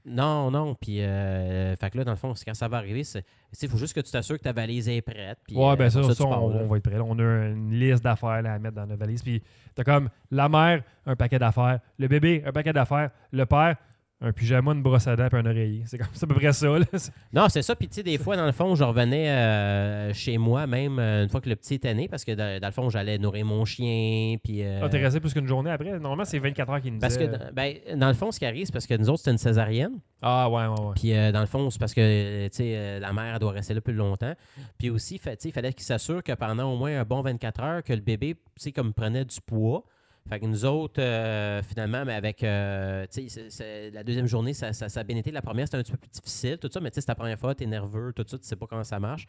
D: non, non. Puis, euh, fait que là, dans le fond, c'est quand ça va arriver, c'est- tu sais, faut juste que tu t'assures que ta valise est prête. puis,
C: ouais,
D: euh,
C: ben ça, ça,
D: comme tu pars,
C: on,
D: là.
C: on va être prêt. là. On a une liste d'affaires là, à mettre dans la valise. Puis t'as comme la mère, un paquet d'affaires. Le bébé, un paquet d'affaires. Le père, un pyjama, une brosse à dents puis un oreiller. C'est comme c'est à peu près ça. Là. C'est-
D: Non, c'est ça. Puis, tu sais, des fois, dans le fond, je revenais euh, chez moi, même euh, une fois que le petit était né, parce que dans, dans le fond, j'allais nourrir mon chien. Puis, euh,
C: Ah, t'es resté euh, plus qu'une journée après. Normalement, c'est 24 heures qu'il nous
D: parce que,
C: disait.
D: dans- ben, dans le fond, ce qui arrive, c'est parce que nous autres, c'était une césarienne.
C: Ah, ouais, ouais, ouais.
D: Puis, euh, dans le fond, c'est parce que, euh, tu sais, euh, la mère elle doit rester là plus longtemps. Puis aussi, fait- tu sais, il fallait qu'il s'assure que pendant au moins un bon 24 heures, que le bébé, tu sais, comme prenait du poids. Fait que nous autres, euh, finalement, mais avec, euh, tu sais, c'est- c'est- la deuxième journée, ça, ça, ça a bien été. La première, c'était un petit peu plus difficile, tout ça. Mais tu sais, c'est ta première fois, t'es nerveux, tout ça, tu sais pas comment ça marche.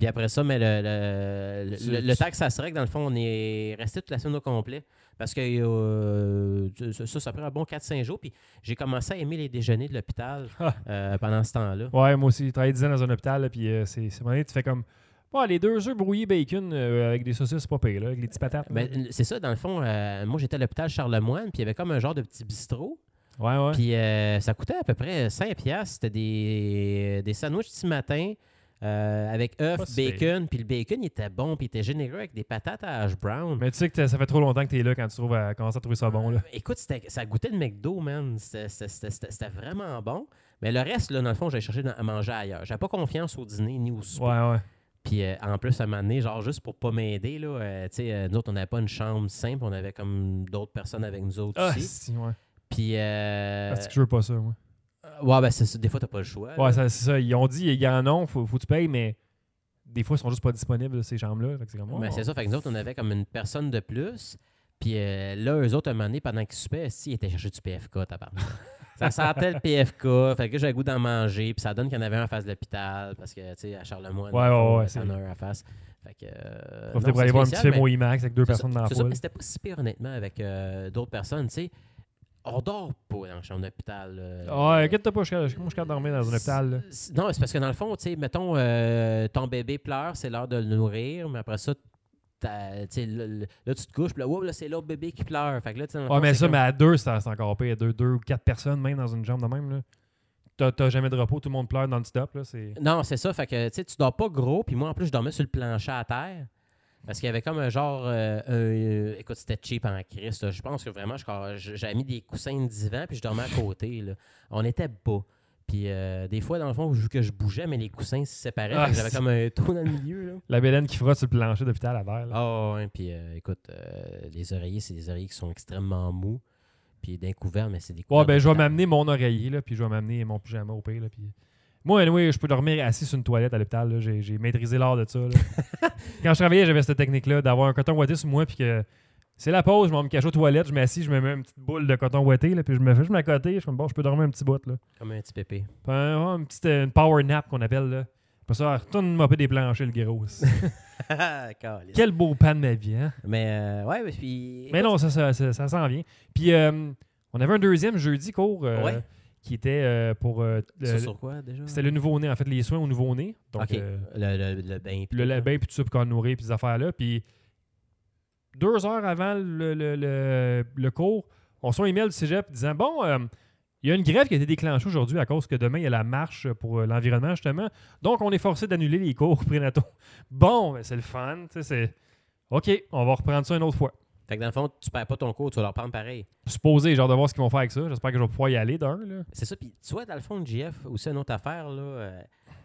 D: Puis après ça, mais le, le,
C: Tu-
D: le, le,
C: tu-
D: temps que ça se règle, dans le fond, on est resté toute la semaine au complet. Parce que euh, ça, ça, ça prend un bon 4-5 jours. Puis j'ai commencé à aimer les déjeuners de l'hôpital euh, pendant ce temps-là.
C: Ouais, moi aussi, j'ai travaillé 10 ans dans un hôpital, là, puis euh, c'est c'est à un moment donné, tu fais comme. Ouais, les deux œufs brouillés bacon euh, avec des saucisses, c'est pas pire, là, avec les petites patates. là.
D: Ben, c'est ça, dans le fond, euh, moi j'étais à l'hôpital Charlemagne, puis il y avait comme un genre de petit bistrot.
C: ouais, ouais.
D: Puis euh, ça coûtait à peu près 5 piastres. C'était des, des sandwichs petit matin euh, avec
C: Pas
D: œufs,
C: si
D: bacon. Puis le bacon, il était bon, puis il était généreux avec des patates à hash brown. Euh,
C: Mais tu sais que t'as- ça fait trop longtemps que t'es là quand tu trouves à, commences à trouver ça bon, là.
D: Écoute, c'était- ça goûtait le McDo, man. C'était- C'était c'était- c'était vraiment bon. Mais le reste, là, dans le fond, j'allais chercher dans- à manger ailleurs. J'avais pas confiance au dîner ni au souper.
C: Ouais, ouais.
D: Puis euh, en plus, à un moment donné, genre juste pour pas m'aider, là, euh, tu sais, euh, nous autres, on n'avait pas une chambre simple, on avait comme d'autres personnes avec nous autres
C: Ah,
D: aussi.
C: si, ouais.
D: Puis, euh,
C: Parce que je veux pas ça, moi.
D: ouais, ben, c'est ça. des fois, t'as pas le choix. là.
C: Ouais, ça- c'est ça. Ils ont dit, il y en a, faut, faut que tu payes, mais des fois, ils sont juste pas disponibles, ces chambres-là. Fait que c'est comme.
D: Mais
C: oh.
D: c'est ça, fait que nous autres, on avait comme une personne de plus. Puis euh, là, eux autres, à un moment donné, pendant qu'ils soupaient, si, ils étaient chercher du PFK, tabarnak. ça sentait le PFK, fait que là, j'avais le goût d'en manger. Puis ça donne qu'il y en avait un en face de l'hôpital, parce que, tu sais, à Charlemagne,
C: Ouais,
D: dans le fond,
C: ouais, ouais,
D: t'en
C: c'est-
D: as un en face. Fait que...
C: Profitez
D: euh, non,
C: pour
D: c'est
C: aller voir un petit
D: spécial,
C: film
D: mais-
C: au IMAX avec deux
D: C'est ça,
C: personnes dans la
D: c'est ça.
C: foule.
D: Mais C'était pas si pire, honnêtement, avec euh, d'autres personnes. Tu sais, on dort pas dans la chambre d'hôpital. euh,
C: Ah, inquiète-toi pas, je suis capable- moi, je suis capable de dormir dans un hôpital. là.
D: c'est- Non, c'est parce que dans le fond, tu sais, mettons, euh, ton bébé pleure, c'est l'heure de le nourrir, mais après ça, t'as- tu sais, là, là, là, tu te couches, puis là, wow, là, c'est l'autre bébé qui pleure. Fait que là, tu sais, dans le
C: Ah,
D: fond,
C: mais
D: c'est
C: ça,
D: comme-
C: mais à deux, ça- c'est encore pire. Deux, deux ou quatre personnes, même dans une chambre de même, là. T'as- T'as jamais de repos, tout le monde pleure non-stop, là. C'est.
D: Non, c'est ça. Fait que, tu sais, tu dors pas gros. Puis moi, en plus, je dormais sur le plancher à terre. Parce qu'il y avait comme un genre. euh, un, euh, écoute, c'était cheap en crise. là. Je pense que vraiment, je- je- j'avais mis des coussins de divan. Puis je dormais à côté. là. On était bas. Puis euh, des fois, dans le fond, vu que je bougeais, mais les coussins se séparaient.
C: Ah,
D: fait que j'avais
C: c'est-
D: comme un trou dans le milieu. Là.
C: La bélène qui frotte sur le plancher d'hôpital à verre, là.
D: Ah, ouais, puis euh, écoute, euh, les oreillers, c'est des oreillers qui sont extrêmement mous. Puis d'un couvert, mais c'est des couverts.
C: Ouais, ben je vais
D: d'hôpital.
C: m'amener mon oreiller, là, puis je vais m'amener mon pyjama au pire, là, puis... Moi, anyway, je peux dormir assis sur une toilette à l'hôpital, là. J'ai, j'ai maîtrisé l'art de ça, là. Quand je travaillais, j'avais cette technique-là d'avoir un coton ouaté sur moi, puis que... C'est la pause, je m'en me cache aux toilettes, je m'assis, je me mets une petite boule de coton ouaté, là, puis je me fais, je m'accotais, je suis comme, bon, je peux dormir un petit bout, là.
D: Comme un petit pépé.
C: Puis un- ouais, une petite euh, une power nap qu'on appelle, là. Après ça, retourne mopper des planchers, le gros.
D: Caliste.
C: Quel beau pan de ma vie, hein?
D: mais euh, ouais, mais puis.
C: Mais non, ça, ça, ça- ça s'en vient. Puis, euh, on avait un deuxième jeudi cours euh,
D: Ouais.
C: qui était euh, pour... euh,
D: Ça,
C: le-
D: sur quoi déjà
C: C'était le nouveau-né, en fait, les soins au nouveau-né. Donc,
D: OK.
C: euh,
D: le, le, le bain.
C: le labin, puis tout ça, puis qu'on nourrit, puis ces affaires-là. Puis deux heures avant le, le- le- le cours, on reçoit un email du cégep disant Bon, euh, il y a une grève qui a été déclenchée aujourd'hui à cause que demain, il y a la marche pour euh, l'environnement, justement. Donc, on est forcé d'annuler les cours prénataux. Bon, ben, c'est le fun. tu sais, c'est OK, on va reprendre ça une autre fois.
D: Fait que dans le fond, tu perds pas ton cours, tu vas leur prendre pareil.
C: Supposé, genre, de voir ce qu'ils vont faire avec ça. J'espère que je vais pouvoir y aller d'un. là.
D: C'est ça. Puis tu vois, dans le fond, JF, aussi une autre affaire, là. euh,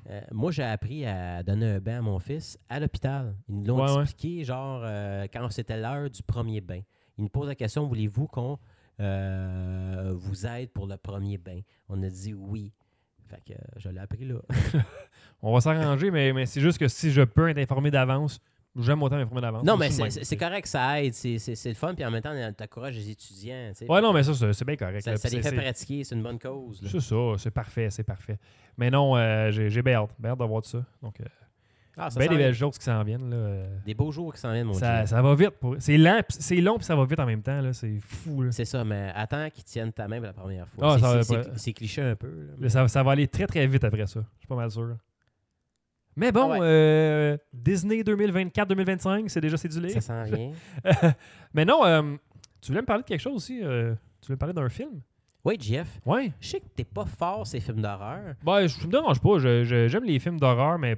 D: euh, moi, j'ai appris à donner un bain à mon fils à l'hôpital. Ils nous l'ont
C: Ouais, ouais.
D: expliqué, genre, euh, quand c'était l'heure du premier bain. Ils nous posent la question voulez-vous qu'on euh, vous aide pour le premier bain On a dit oui. Fait que euh,
C: Ah,
D: je l'ai appris là.
C: On va s'arranger, mais, mais c'est juste que si je peux être informé d'avance, J'aime autant m'informer d'avance.
D: Non,
C: Moi,
D: mais
C: je suis
D: c'est-
C: le
D: c'est
C: même.
D: c'est correct, ça aide, c'est- c'est c'est le fun, puis en même temps, on t'encourage les étudiants. tu sais.
C: Ouais, non, mais ça, c'est c'est bien correct.
D: ça,
C: là,
D: ça
C: puis
D: les
C: c'est-
D: fait pratiquer, c'est une bonne cause. là.
C: C'est ça, c'est parfait, c'est parfait. Mais non, euh, j'ai j'ai bien hâte, bien hâte d'avoir de ça. Donc, euh,
D: Ah, ça
C: bien
D: sent-
C: des belles choses qui s'en viennent. Là. euh,
D: des beaux jours qui s'en viennent, mon
C: Ça,
D: Gilles.
C: ça va vite. Pour... C'est lent, pis- c'est long, puis ça va vite en même temps. là, C'est fou. là.
D: C'est ça, mais attends qu'ils tiennent ta main pour la première
C: Ah,
D: fois. C'est-
C: ça va
D: c'est-
C: pas-
D: c'est- c'est cliché un peu. là, mais-
C: Là, ça, ça va aller très, très vite après ça. Je suis pas mal sûr. Mais bon,
D: Ah ouais.
C: euh, Disney 2024-2025, c'est déjà cédulé.
D: Ça sent rien.
C: Mais non, euh, tu voulais me parler de quelque chose aussi. euh, tu voulais me parler d'un film?
D: Oui, Jeff,
C: Ouais.
D: je sais que t'es pas fort ces films d'horreur.
C: Ben, je je me dérange pas. Je- je- J'aime les films d'horreur, mais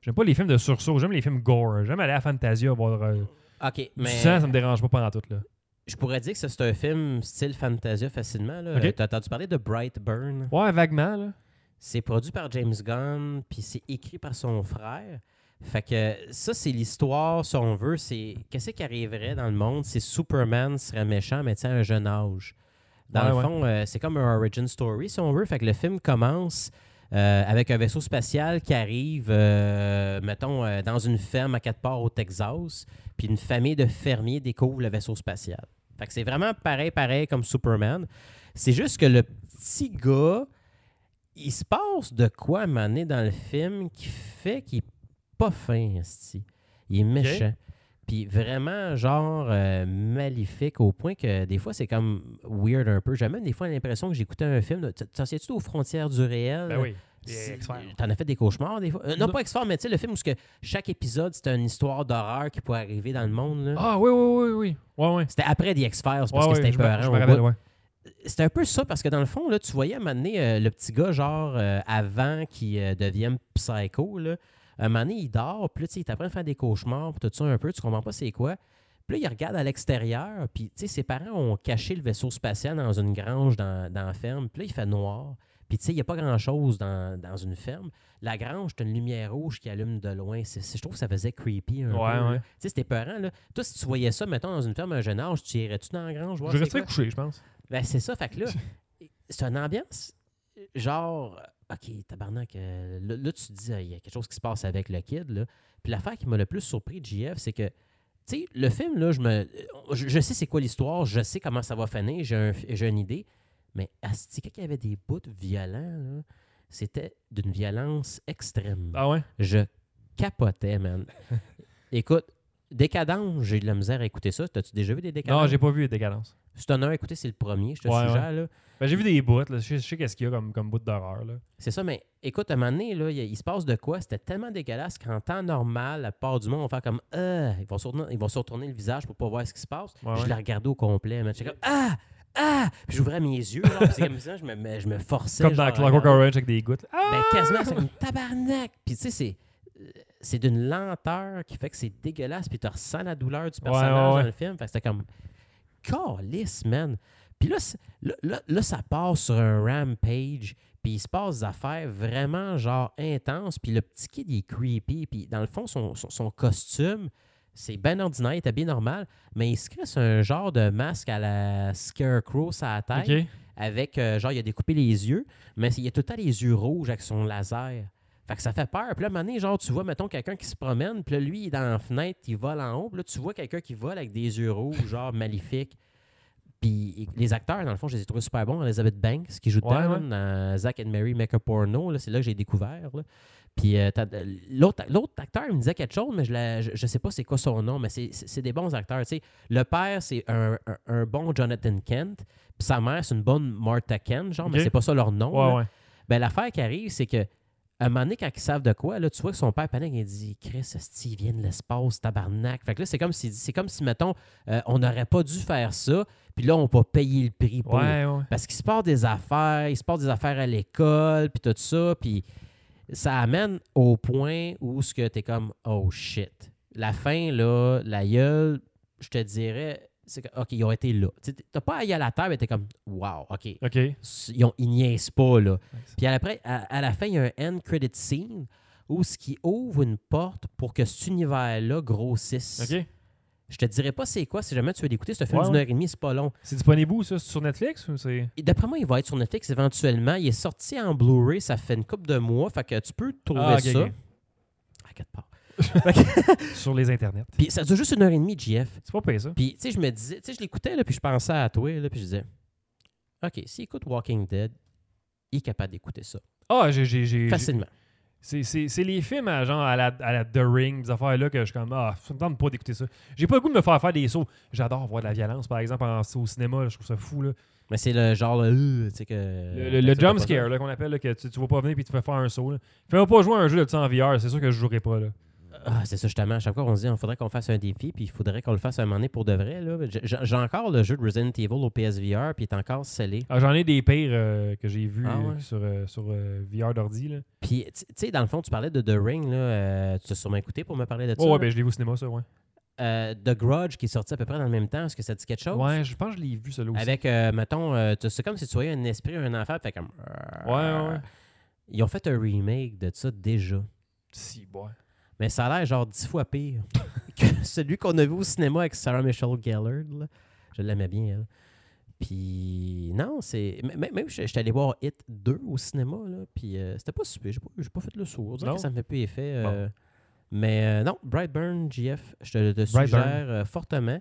C: j'aime pas les films de sursaut. J'aime les films gore. J'aime aller à Fantasia voir euh,
D: OK,
C: du
D: mais
C: sang, ça me dérange pas pendant tout. Là.
D: je pourrais dire que ça, c'est un film style Fantasia facilement. là.
C: OK.
D: Euh, T'as entendu parler de Brightburn?
C: Ouais, vaguement. Là.
D: C'est produit par James Gunn, puis c'est écrit par son frère. Fait que ça, c'est l'histoire, si on veut, c'est qu'est-ce qui arriverait dans le monde si Superman serait méchant, mais tu sais, à un jeune âge. Dans
C: Ouais,
D: le
C: ouais.
D: fond, euh, c'est comme un origin story, si on veut. Fait que le film commence euh, avec un vaisseau spatial qui arrive, euh, mettons, euh, dans une ferme à quatre parts au Texas, puis une famille de fermiers découvre le vaisseau spatial. Fait que c'est vraiment pareil, pareil comme Superman. C'est juste que le petit gars, il se passe de quoi à un moment donné dans le film qui fait qu'il est pas fin, esti. Il est méchant. Puis vraiment, genre, euh, maléfique au point que des fois, c'est comme weird un peu. J'ai même des fois l'impression que j'écoutais un film. de- T'en sais-tu aux frontières du réel?
C: Ben oui.
D: C'est-
C: les X-Files.
D: T'en as fait des cauchemars des fois? Euh, non,
C: Non.
D: pas X-Files, mais tu sais, le film où ce que chaque épisode, c'était une histoire d'horreur qui pourrait arriver dans le monde. là.
C: Ah oui, oui, oui, oui. Ouais, ouais.
D: C'était après The X-Files parce
C: Ouais,
D: que
C: ouais,
D: c'était
C: je me-
D: épeurant
C: je
D: au
C: me
D: bout.
C: rappelle, ouais.
D: C'était un peu ça parce que dans le fond, là, tu voyais à un moment donné euh, le petit gars, genre, euh, avant qu'il euh, devienne psycho, là, à un moment donné, il dort, puis là, tu sais, il t'apprend à faire des cauchemars, puis tout ça un peu, tu comprends pas c'est quoi. Puis là, il regarde à l'extérieur, puis tu sais, ses parents ont caché le vaisseau spatial dans une grange dans, dans la ferme, puis là, il fait noir. Puis tu sais, il n'y a pas grand-chose dans, dans une ferme. La grange, t'as une lumière rouge qui allume de loin. C'est- c'est- je trouve que ça faisait creepy un peu.
C: Ouais,
D: là.
C: ouais.
D: Tu sais, c'était peurant, là. Toi, si tu voyais ça, mettons, dans une ferme à un jeune âge, tu irais-tu dans la grange? voir
C: Je
D: c'est
C: resterai
D: quoi?
C: couché, je pense.
D: Ben, c'est ça, fait que là, c'est une ambiance, genre, OK, tabarnak, euh, là, là, tu te dis, Ah, il y a quelque chose qui se passe avec le kid, là. Puis l'affaire qui m'a le plus surpris de JF, c'est que, tu sais, le film, là, je me. Je, je sais c'est quoi l'histoire, je sais comment ça va finir, j'ai un- j'ai une idée, mais asti, quand il y avait des bouts violents, là, c'était d'une violence extrême.
C: Ah ouais?
D: Je capotais, man. Écoute, Décadence, j'ai de la misère à écouter ça. T'as-tu déjà vu des
C: Non,
D: Décadences?
C: j'ai pas vu les décadences.
D: Si t'en as un, écoutez, c'est le premier, je te
C: Ouais,
D: suggère. Là.
C: Ben, j'ai vu des bouts, là. Je sais, je sais qu'est-ce qu'il y a comme, comme bout d'horreur, là.
D: C'est ça, mais écoute, à un moment donné, là, il, il se passe de quoi? C'était tellement dégueulasse qu'en temps normal, la part du monde va faire comme Ah! Ils vont, se retourner, ils vont se retourner le visage pour pas voir ce qui se passe.
C: Ouais,
D: je
C: ouais.
D: la regardais au complet, man. J'étais comme Ah! Ah! Puis j'ouvrais mes yeux, là, puis c'est comme ça, je me, me- je me forçais.
C: Comme dans
D: genre, à
C: Clockwork
D: regarder.
C: Orange avec des gouttes. euh, Ah!
D: Ben, quasiment, c'est comme tabarnak. Puis tu sais, c'est. euh, C'est d'une lenteur qui fait que c'est dégueulasse, puis tu ressens la douleur du
C: Ouais,
D: personnage
C: ouais, ouais.
D: dans le film. Fait que c'était comme. Calice, man. Puis là, c'est- là, là- là, ça part sur un rampage, puis il se passe des affaires vraiment genre intenses, puis le petit kid, il est creepy, puis dans le fond, son, son- son costume, c'est bien ordinaire, il était bien normal, mais il se crée sur un genre de masque à la Scarecrow sur la tête
C: OK.
D: avec, euh, genre, il a découpé les yeux, mais il a tout le temps les yeux rouges avec son laser. Fait que ça fait peur. Puis là, à un moment donné, genre, tu vois, mettons, quelqu'un qui se promène, puis là, lui, il est dans la fenêtre, il vole en haut, puis là, tu vois quelqu'un qui vole avec des yeux rouges, genre, maléfique. Puis et- les acteurs, dans le fond, je les ai trouvés super bons. Elizabeth Banks, qui joue
C: Ouais,
D: dedans,
C: ouais.
D: dans Zack and Mary Make a Porno, là, c'est là que j'ai découvert. là. Puis euh, t'as- l'autre l'autre acteur, il me disait quelque chose, mais je, la- je, je sais pas c'est quoi son nom, mais c'est- c'est c'est des bons acteurs. tu sais. Le père, c'est un, un- un bon Jonathan Kent, puis sa mère, c'est une bonne Martha Kent, genre, mais
C: Ok.
D: c'est pas ça leur nom. là.
C: Ouais, ouais.
D: Ben, l'affaire qui arrive, c'est que à un moment donné, quand ils savent de quoi, là, tu vois que son père panique, il dit Chris, esti, il vient de l'espace, tabarnak. Fait que là, c'est comme si, c'est comme si mettons, euh, on n'aurait pas dû faire ça, puis là, on va payer le prix pour.
C: Ouais, ouais.
D: Parce qu'il se passe des affaires, il se passe des affaires à l'école, puis tout ça, puis ça amène au point où ce que t'es comme oh shit. La fin là, la gueule, je te dirais, c'est que ok ils ont été là. Tu sais, T'as pas à y aller à la table, et t'es comme wow, ok,
C: OK.
D: s- ils, ont, ils niaisent pas, là.
C: Nice.
D: Puis après, à, à la fin, il y a un end credit scene où ce qui ouvre une porte pour que cet univers-là grossisse.
C: OK.
D: Je te dirais pas c'est quoi si jamais tu veux l'écouter. C'est un film
C: Ouais,
D: d'une
C: ouais.
D: heure et demie, c'est pas long.
C: C'est disponible où, ça? C'est sur Netflix ou c'est...
D: Et D'après moi, il va être sur Netflix éventuellement. Il est sorti en Blu-ray, ça fait une couple de mois. Fait que tu peux trouver
C: Ah, ok,
D: ça.
C: ok.
D: À quatre parts.
C: sur les internets.
D: Puis ça dure juste une heure et demie, JF.
C: C'est pas payé ça.
D: Puis, tu sais, je me disais, tu sais, je l'écoutais, là, puis je pensais à toi, là, puis je disais, OK, s'il écoute Walking Dead, il est capable d'écouter ça.
C: Ah, j'ai- j'ai. j'ai-
D: Facilement.
C: C'est- C'est c'est les films à, genre, à, la, à la The Ring, des affaires-là que je suis comme, ah, ça me tente pas d'écouter ça. J'ai pas le goût de me faire faire des sauts. J'adore voir de la violence, par exemple, en- au cinéma. là, je trouve ça fou. Là.
D: Mais c'est le genre, là, euh, tu sais, que.
C: Le, le- le jump scare là, qu'on appelle, là, que tu, tu vas pas venir puis tu fais faire un saut. là. Fais-moi pas jouer à un jeu de ça en VR, c'est sûr que je jouerai pas. Là.
D: Ah, c'est ça, justement. À chaque fois, on se dit, il faudrait qu'on fasse un défi, puis il faudrait qu'on le fasse un moment donné pour de vrai, là. J'ai- J'ai j'ai encore le jeu de Resident Evil au PSVR, puis il est encore scellé.
C: Ah, J'en ai des pires euh, que j'ai vus
D: Ah ouais?
C: euh, sur, euh, sur euh, VR d'ordi. là.
D: Puis, tu tu sais, dans le fond, tu parlais de The Ring, là. euh, tu t'es sûrement écouté pour me parler de ça.
C: Oh, ouais,
D: là.
C: ben, je l'ai vu au cinéma, ça, ouais.
D: Euh, The Grudge, qui est sorti à peu près dans le même temps, est-ce que ça dit quelque chose?
C: Ouais, je pense que je l'ai vu, celui-là aussi.
D: Avec, euh, mettons, euh, tu- c'est comme si tu voyais un esprit, un enfant, fait comme. euh,
C: Ouais, ouais.
D: Ils ont fait un remake de ça déjà.
C: Si, ouais.
D: Mais ça a l'air genre dix fois pire que celui qu'on a vu au cinéma avec Sarah Michelle Gellar. là. Je l'aimais bien, elle. Puis, non, c'est. m- m- Même, j'étais allé voir Hit 2 au cinéma, là. Puis, euh, c'était pas super. J'ai pas, j'ai pas fait le sourd. On dirait
C: Non.
D: que ça me fait plus effet.
C: Bon.
D: euh, Mais euh, non, Brightburn, JF, je te le te
C: Brightburn.
D: suggère euh, fortement.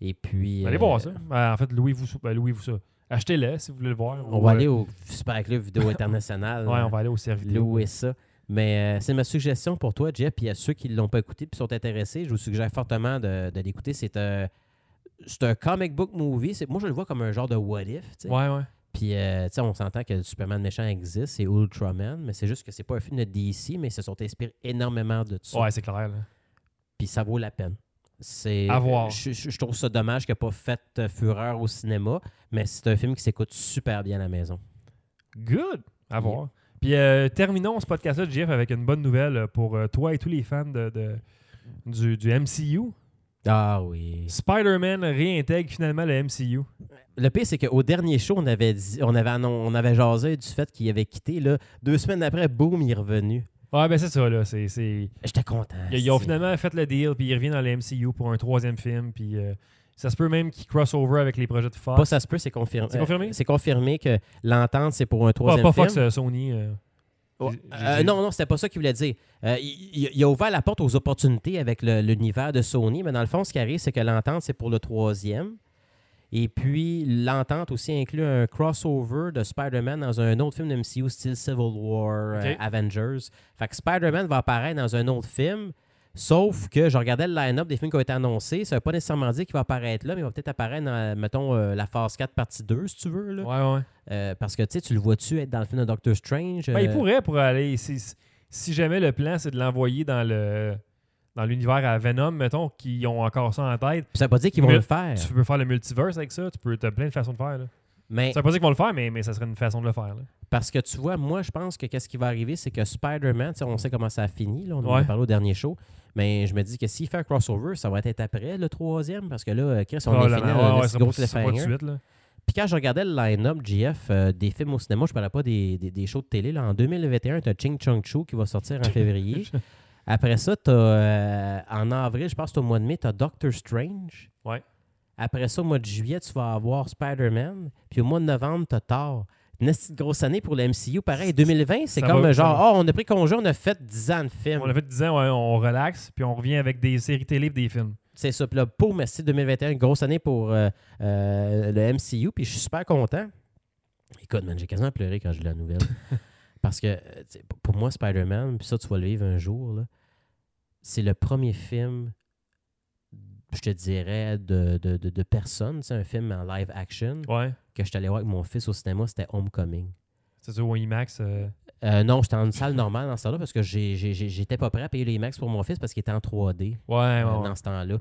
D: Et puis.
C: Allez
D: euh,
C: voir ça. Ben, en fait, louez-vous ça- ben, louez-vous ça. Achetez-le si vous voulez le voir.
D: On va aller au Super Club Vidéo International.
C: Ouais,
D: là.
C: on va aller au service.
D: louer ça. Mais euh, c'est ma suggestion pour toi, Jeff. Puis à ceux qui ne l'ont pas écouté et sont intéressés, je vous suggère fortement de, de l'écouter. C'est un, c'est un comic book movie. C'est- Moi, je le vois comme un genre de what if. tu sais.
C: Ouais, ouais.
D: Puis euh, tu sais, on s'entend que le Superman méchant existe, c'est Ultraman, mais c'est juste que c'est pas un film de DC, mais ils se sont inspirés énormément de ça.
C: Ouais, c'est clair. là.
D: Puis ça vaut la peine. C'est, euh,
C: À voir.
D: Je, je- je trouve ça dommage qu'il n'a pas fait euh, fureur au cinéma, mais c'est un film qui s'écoute super bien à la maison.
C: Good. À
D: Yeah.
C: voir. Puis euh, terminons ce podcast-là, Jeff, avec une bonne nouvelle euh, pour euh, toi et tous les fans de, de- du, du MCU.
D: Ah oui.
C: Spider-Man réintègre finalement le MCU.
D: Le pire, c'est qu'au dernier show, on avait, dit- on avait, annon- on avait jasé du fait qu'il avait quitté. Là. Deux semaines après, boum, il est revenu.
C: Ouais, ben c'est ça, là. C'est, c'est-
D: J'étais content.
C: Ils, ils ont
D: c'est-
C: finalement fait le deal, puis il revient dans le MCU pour un troisième film, puis euh, ça se peut même qu'il cross over avec les projets de Fox. Ah,
D: Pas ça se peut, c'est confirmé.
C: C'est confirmé?
D: Euh, C'est confirmé que l'entente, c'est pour un
C: Pas-
D: troisième
C: pas
D: film.
C: Fox, euh, Sony. euh.
D: Ouais.
C: J'ai-
D: Euh,
C: j'ai-
D: non, non, c'était pas ça qu'il voulait dire. Euh, il, il- il a ouvert la porte aux opportunités avec le- l'univers de Sony, mais dans le fond, ce qui arrive, c'est que l'entente, c'est pour le troisième. Et puis, l'entente aussi inclut un crossover de Spider-Man dans un autre film de MCU, style Civil War, euh,
C: Ok.
D: Avengers. Fait que Spider-Man va apparaître dans un autre film, sauf que je regardais le line-up des films qui ont été annoncés. Ça veut pas nécessairement dire qu'il va apparaître là, mais il va peut-être apparaître dans, mettons, euh, la phase 4, partie 2, si tu veux. là.
C: Ouais, ouais.
D: Euh, parce que, tu sais, tu le vois-tu être dans le film de Doctor Strange?
C: Ben, il
D: euh,
C: pourrait pour aller. Si, si jamais le plan, c'est de l'envoyer dans le dans l'univers à Venom, mettons, qui ont encore ça en tête,
D: Puis ça veut pas dire qu'ils vont
C: Mais-
D: le faire.
C: tu peux faire le multiverse avec ça. Tu peux, as plein de façons de faire. Là.
D: Mais
C: Ça veut pas dire qu'ils vont le faire, mais, mais ça serait une façon de le faire. là.
D: parce que tu vois, moi, je pense que qu'est-ce qui va arriver, c'est que Spider-Man, tu sais, on sait comment ça a fini, là, on en a
C: Ouais.
D: parlé au dernier show. Mais je me dis que s'il fait un crossover, ça va être après le troisième, parce que là, euh, Chris, on est fini
C: Probablement.
D: dans
C: Ouais,
D: le
C: ouais,
D: petit
C: ça
D: gros
C: va- ça va tout de
D: cliffhanger.
C: suite. là.
D: Puis quand je regardais le line-up, GF, euh, des films au cinéma, je parlais pas des, des- des shows de télé. Là, en 2021, tu as Ching Chong Chu qui va sortir en février. Après ça, tu en avril, je pense que c'est au mois de mai, tu as Doctor Strange.
C: Ouais.
D: Après ça, au mois de juillet, tu vas avoir Spider-Man. Puis au mois de novembre, tu as Thor. Une esti de grosse année pour le MCU. Pareil, 2020, c'est
C: Ça
D: comme
C: va, ça
D: genre,
C: va.
D: oh, on a pris congé, on a fait 10 ans de films.
C: On a fait 10 ans, ouais, on relaxe, puis on revient avec des séries télé et des films.
D: C'est ça. Puis là, boum, merci 2021, une grosse année pour euh, euh, le MCU. Puis je suis super content. Écoute, man, j'ai quasiment pleuré quand j'ai lu la nouvelle. Parce que, euh, tu sais, p- pour moi, Spider-Man, puis ça, tu vas le vivre un jour, là, c'est le premier film, je te dirais, de, de, de, de personne. C'est un film en live action
C: Ouais.
D: que je suis allé voir avec mon fils au cinéma. C'était Homecoming.
C: C'est ça, au IMAX. euh,
D: Euh, non, j'étais en salle normale dans ce temps-là parce que j'ai- j'ai- j'ai- j'étais pas prêt à payer les max pour mon fils parce qu'il était en 3D
C: Ouais, ouais.
D: euh,
C: ouais.
D: dans ce temps-là.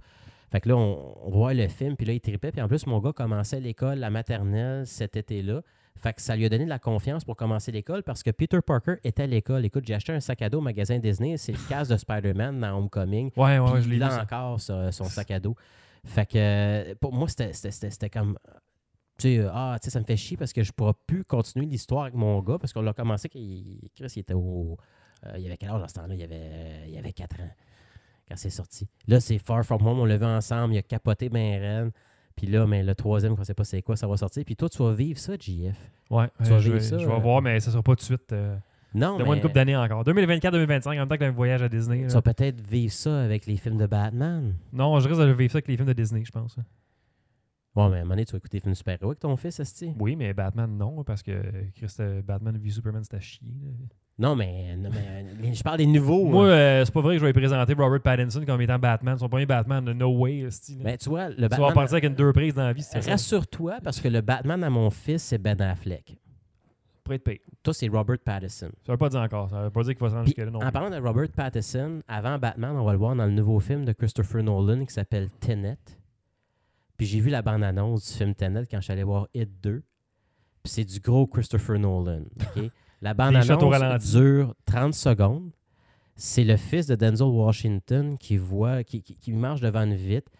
D: Fait que là, on, on voit le film, puis là, il tripait. Puis en plus, mon gars commençait l'école, la maternelle, cet été-là. Fait que ça lui a donné de la confiance pour commencer l'école parce que Peter Parker était à l'école. Écoute, j'ai acheté un sac à dos au magasin Disney. C'est le casque de Spider-Man dans Homecoming.
C: Ouais, Ah ouais,
D: Puis
C: je l'ai
D: il
C: vu.
D: a
C: ça.
D: encore ça, son sac à dos. Fait que euh, pour moi, c'était- c'était c'était- c'était comme. Tu sais, euh, ah, tu sais, ça me fait chier parce que je pourrais plus continuer l'histoire avec mon gars parce qu'on l'a commencé. qu'il- Chris, il était au. euh, il avait quel âge dans ce temps-là il avait, euh, il avait 4 ans quand c'est sorti. Là, c'est Far From Home, on l'a vu ensemble, il a capoté ben Rennes. Puis là, mais le troisième, on sait pas c'est quoi, ça va sortir. Puis toi, tu vas vivre ça, JF.
C: Ouais,
D: Tu
C: euh,
D: vas
C: je,
D: vivre
C: vais-
D: ça,
C: je vais
D: euh.
C: voir, mais ça sera pas tout de suite. euh,
D: Non,
C: De moins
D: mais
C: une couple d'années encore. 2024-2025, en même temps que le voyage à Disney.
D: tu
C: là.
D: vas peut-être vivre ça avec les films de Batman.
C: Non, je risque de vivre ça avec les films de Disney, je pense.
D: Ouais, mais à un moment donné, tu vas écouter des films de super-héros avec ton fils, Asti.
C: Oui, mais Batman, non, parce que Christ, euh, Batman v Superman, c'était à chier. là.
D: Non, mais, non, mais, euh, les- je parle des nouveaux.
C: Moi,
D: hein.
C: euh, c'est pas vrai que je vais présenter Robert Pattinson comme étant Batman. Son premier Batman, de No Way. hostie, là.
D: Ben, tu vois, le
C: tu vas
D: Batman.
C: repartir avec une deux prises dans la vie, c'est ça. Ça
D: Rassure-toi, parce que le Batman à mon fils, c'est Ben Affleck.
C: pourrait être payé.
D: Toi, c'est Robert Pattinson.
C: Ça veut pas dire encore. Ça veut pas dire qu'il va se rendre
D: Puis,
C: jusque-là non
D: en
C: plus.
D: parlant de Robert Pattinson, avant Batman, on va le voir dans le nouveau film de Christopher Nolan qui s'appelle Tenet. Puis j'ai vu la bande-annonce du film Tenet quand je suis allé voir It 2. Puis c'est du gros Christopher Nolan. ok? La
C: shots au
D: bande-annonce
C: ralenti.
D: dure 30 secondes. C'est le fils de Denzel Washington qui voit, qui, qui- qui marche devant une vitre.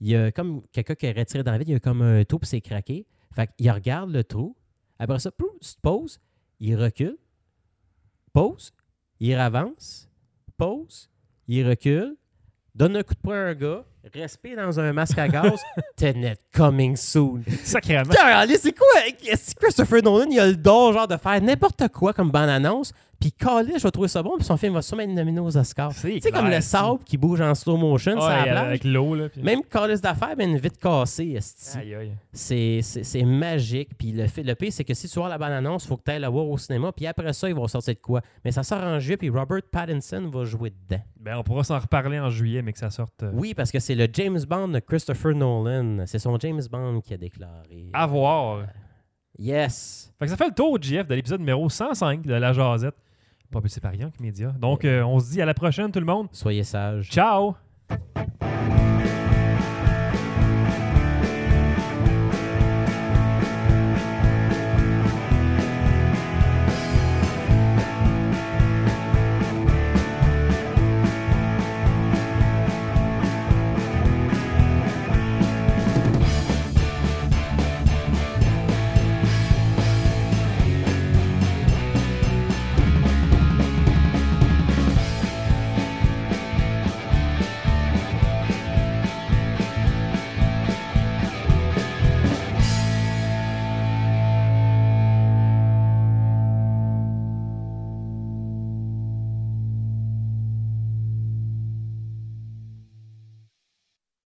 D: Il y a comme quelqu'un qui est retiré dans la vitre, il y a comme un trou, puis c'est craqué. Fait qu'il regarde le trou. Après ça, prou, il se pose, il recule, pose, il avance, pose, il recule, donne un coup de poing à un gars, respire dans un masque à gaz, Tenet coming soon.
C: Sacrément.
D: Putain, allez, c'est quoi? Est-ce que Christopher Nolan, il a le don genre de faire n'importe quoi comme bonne annonce, puis calé, je vais trouver ça bon, puis son film va sûrement être nominé aux Oscars.
C: C'est
D: Tu sais, comme
C: clair,
D: le sable qui bouge en slow motion,
C: Ouais,
D: sur la plage.
C: avec l'eau, là. puis-
D: Même calé d'affaires, ben, une vite cassée, esti.
C: Aïe, aïe.
D: C'est- C'est c'est magique. Puis le, fait- le pire, c'est que si tu vois la bande-annonce, il faut que tu ailles la voir au cinéma. Puis après ça, ils vont sortir de quoi. Mais ça sort en juillet, puis Robert Pattinson va jouer dedans.
C: Ben, on pourra s'en reparler en juillet, mais que ça sorte. euh,
D: Oui, parce que c'est le James Bond de Christopher Nolan. C'est son James Bond qui a déclaré.
C: À voir.
D: Yes!
C: Fait que ça fait le tour, JF, de l'épisode numéro 105 de La Jazette, propulsé par Yank Media. Donc, euh, on se dit à la prochaine, tout le monde.
D: Soyez sages.
C: Ciao!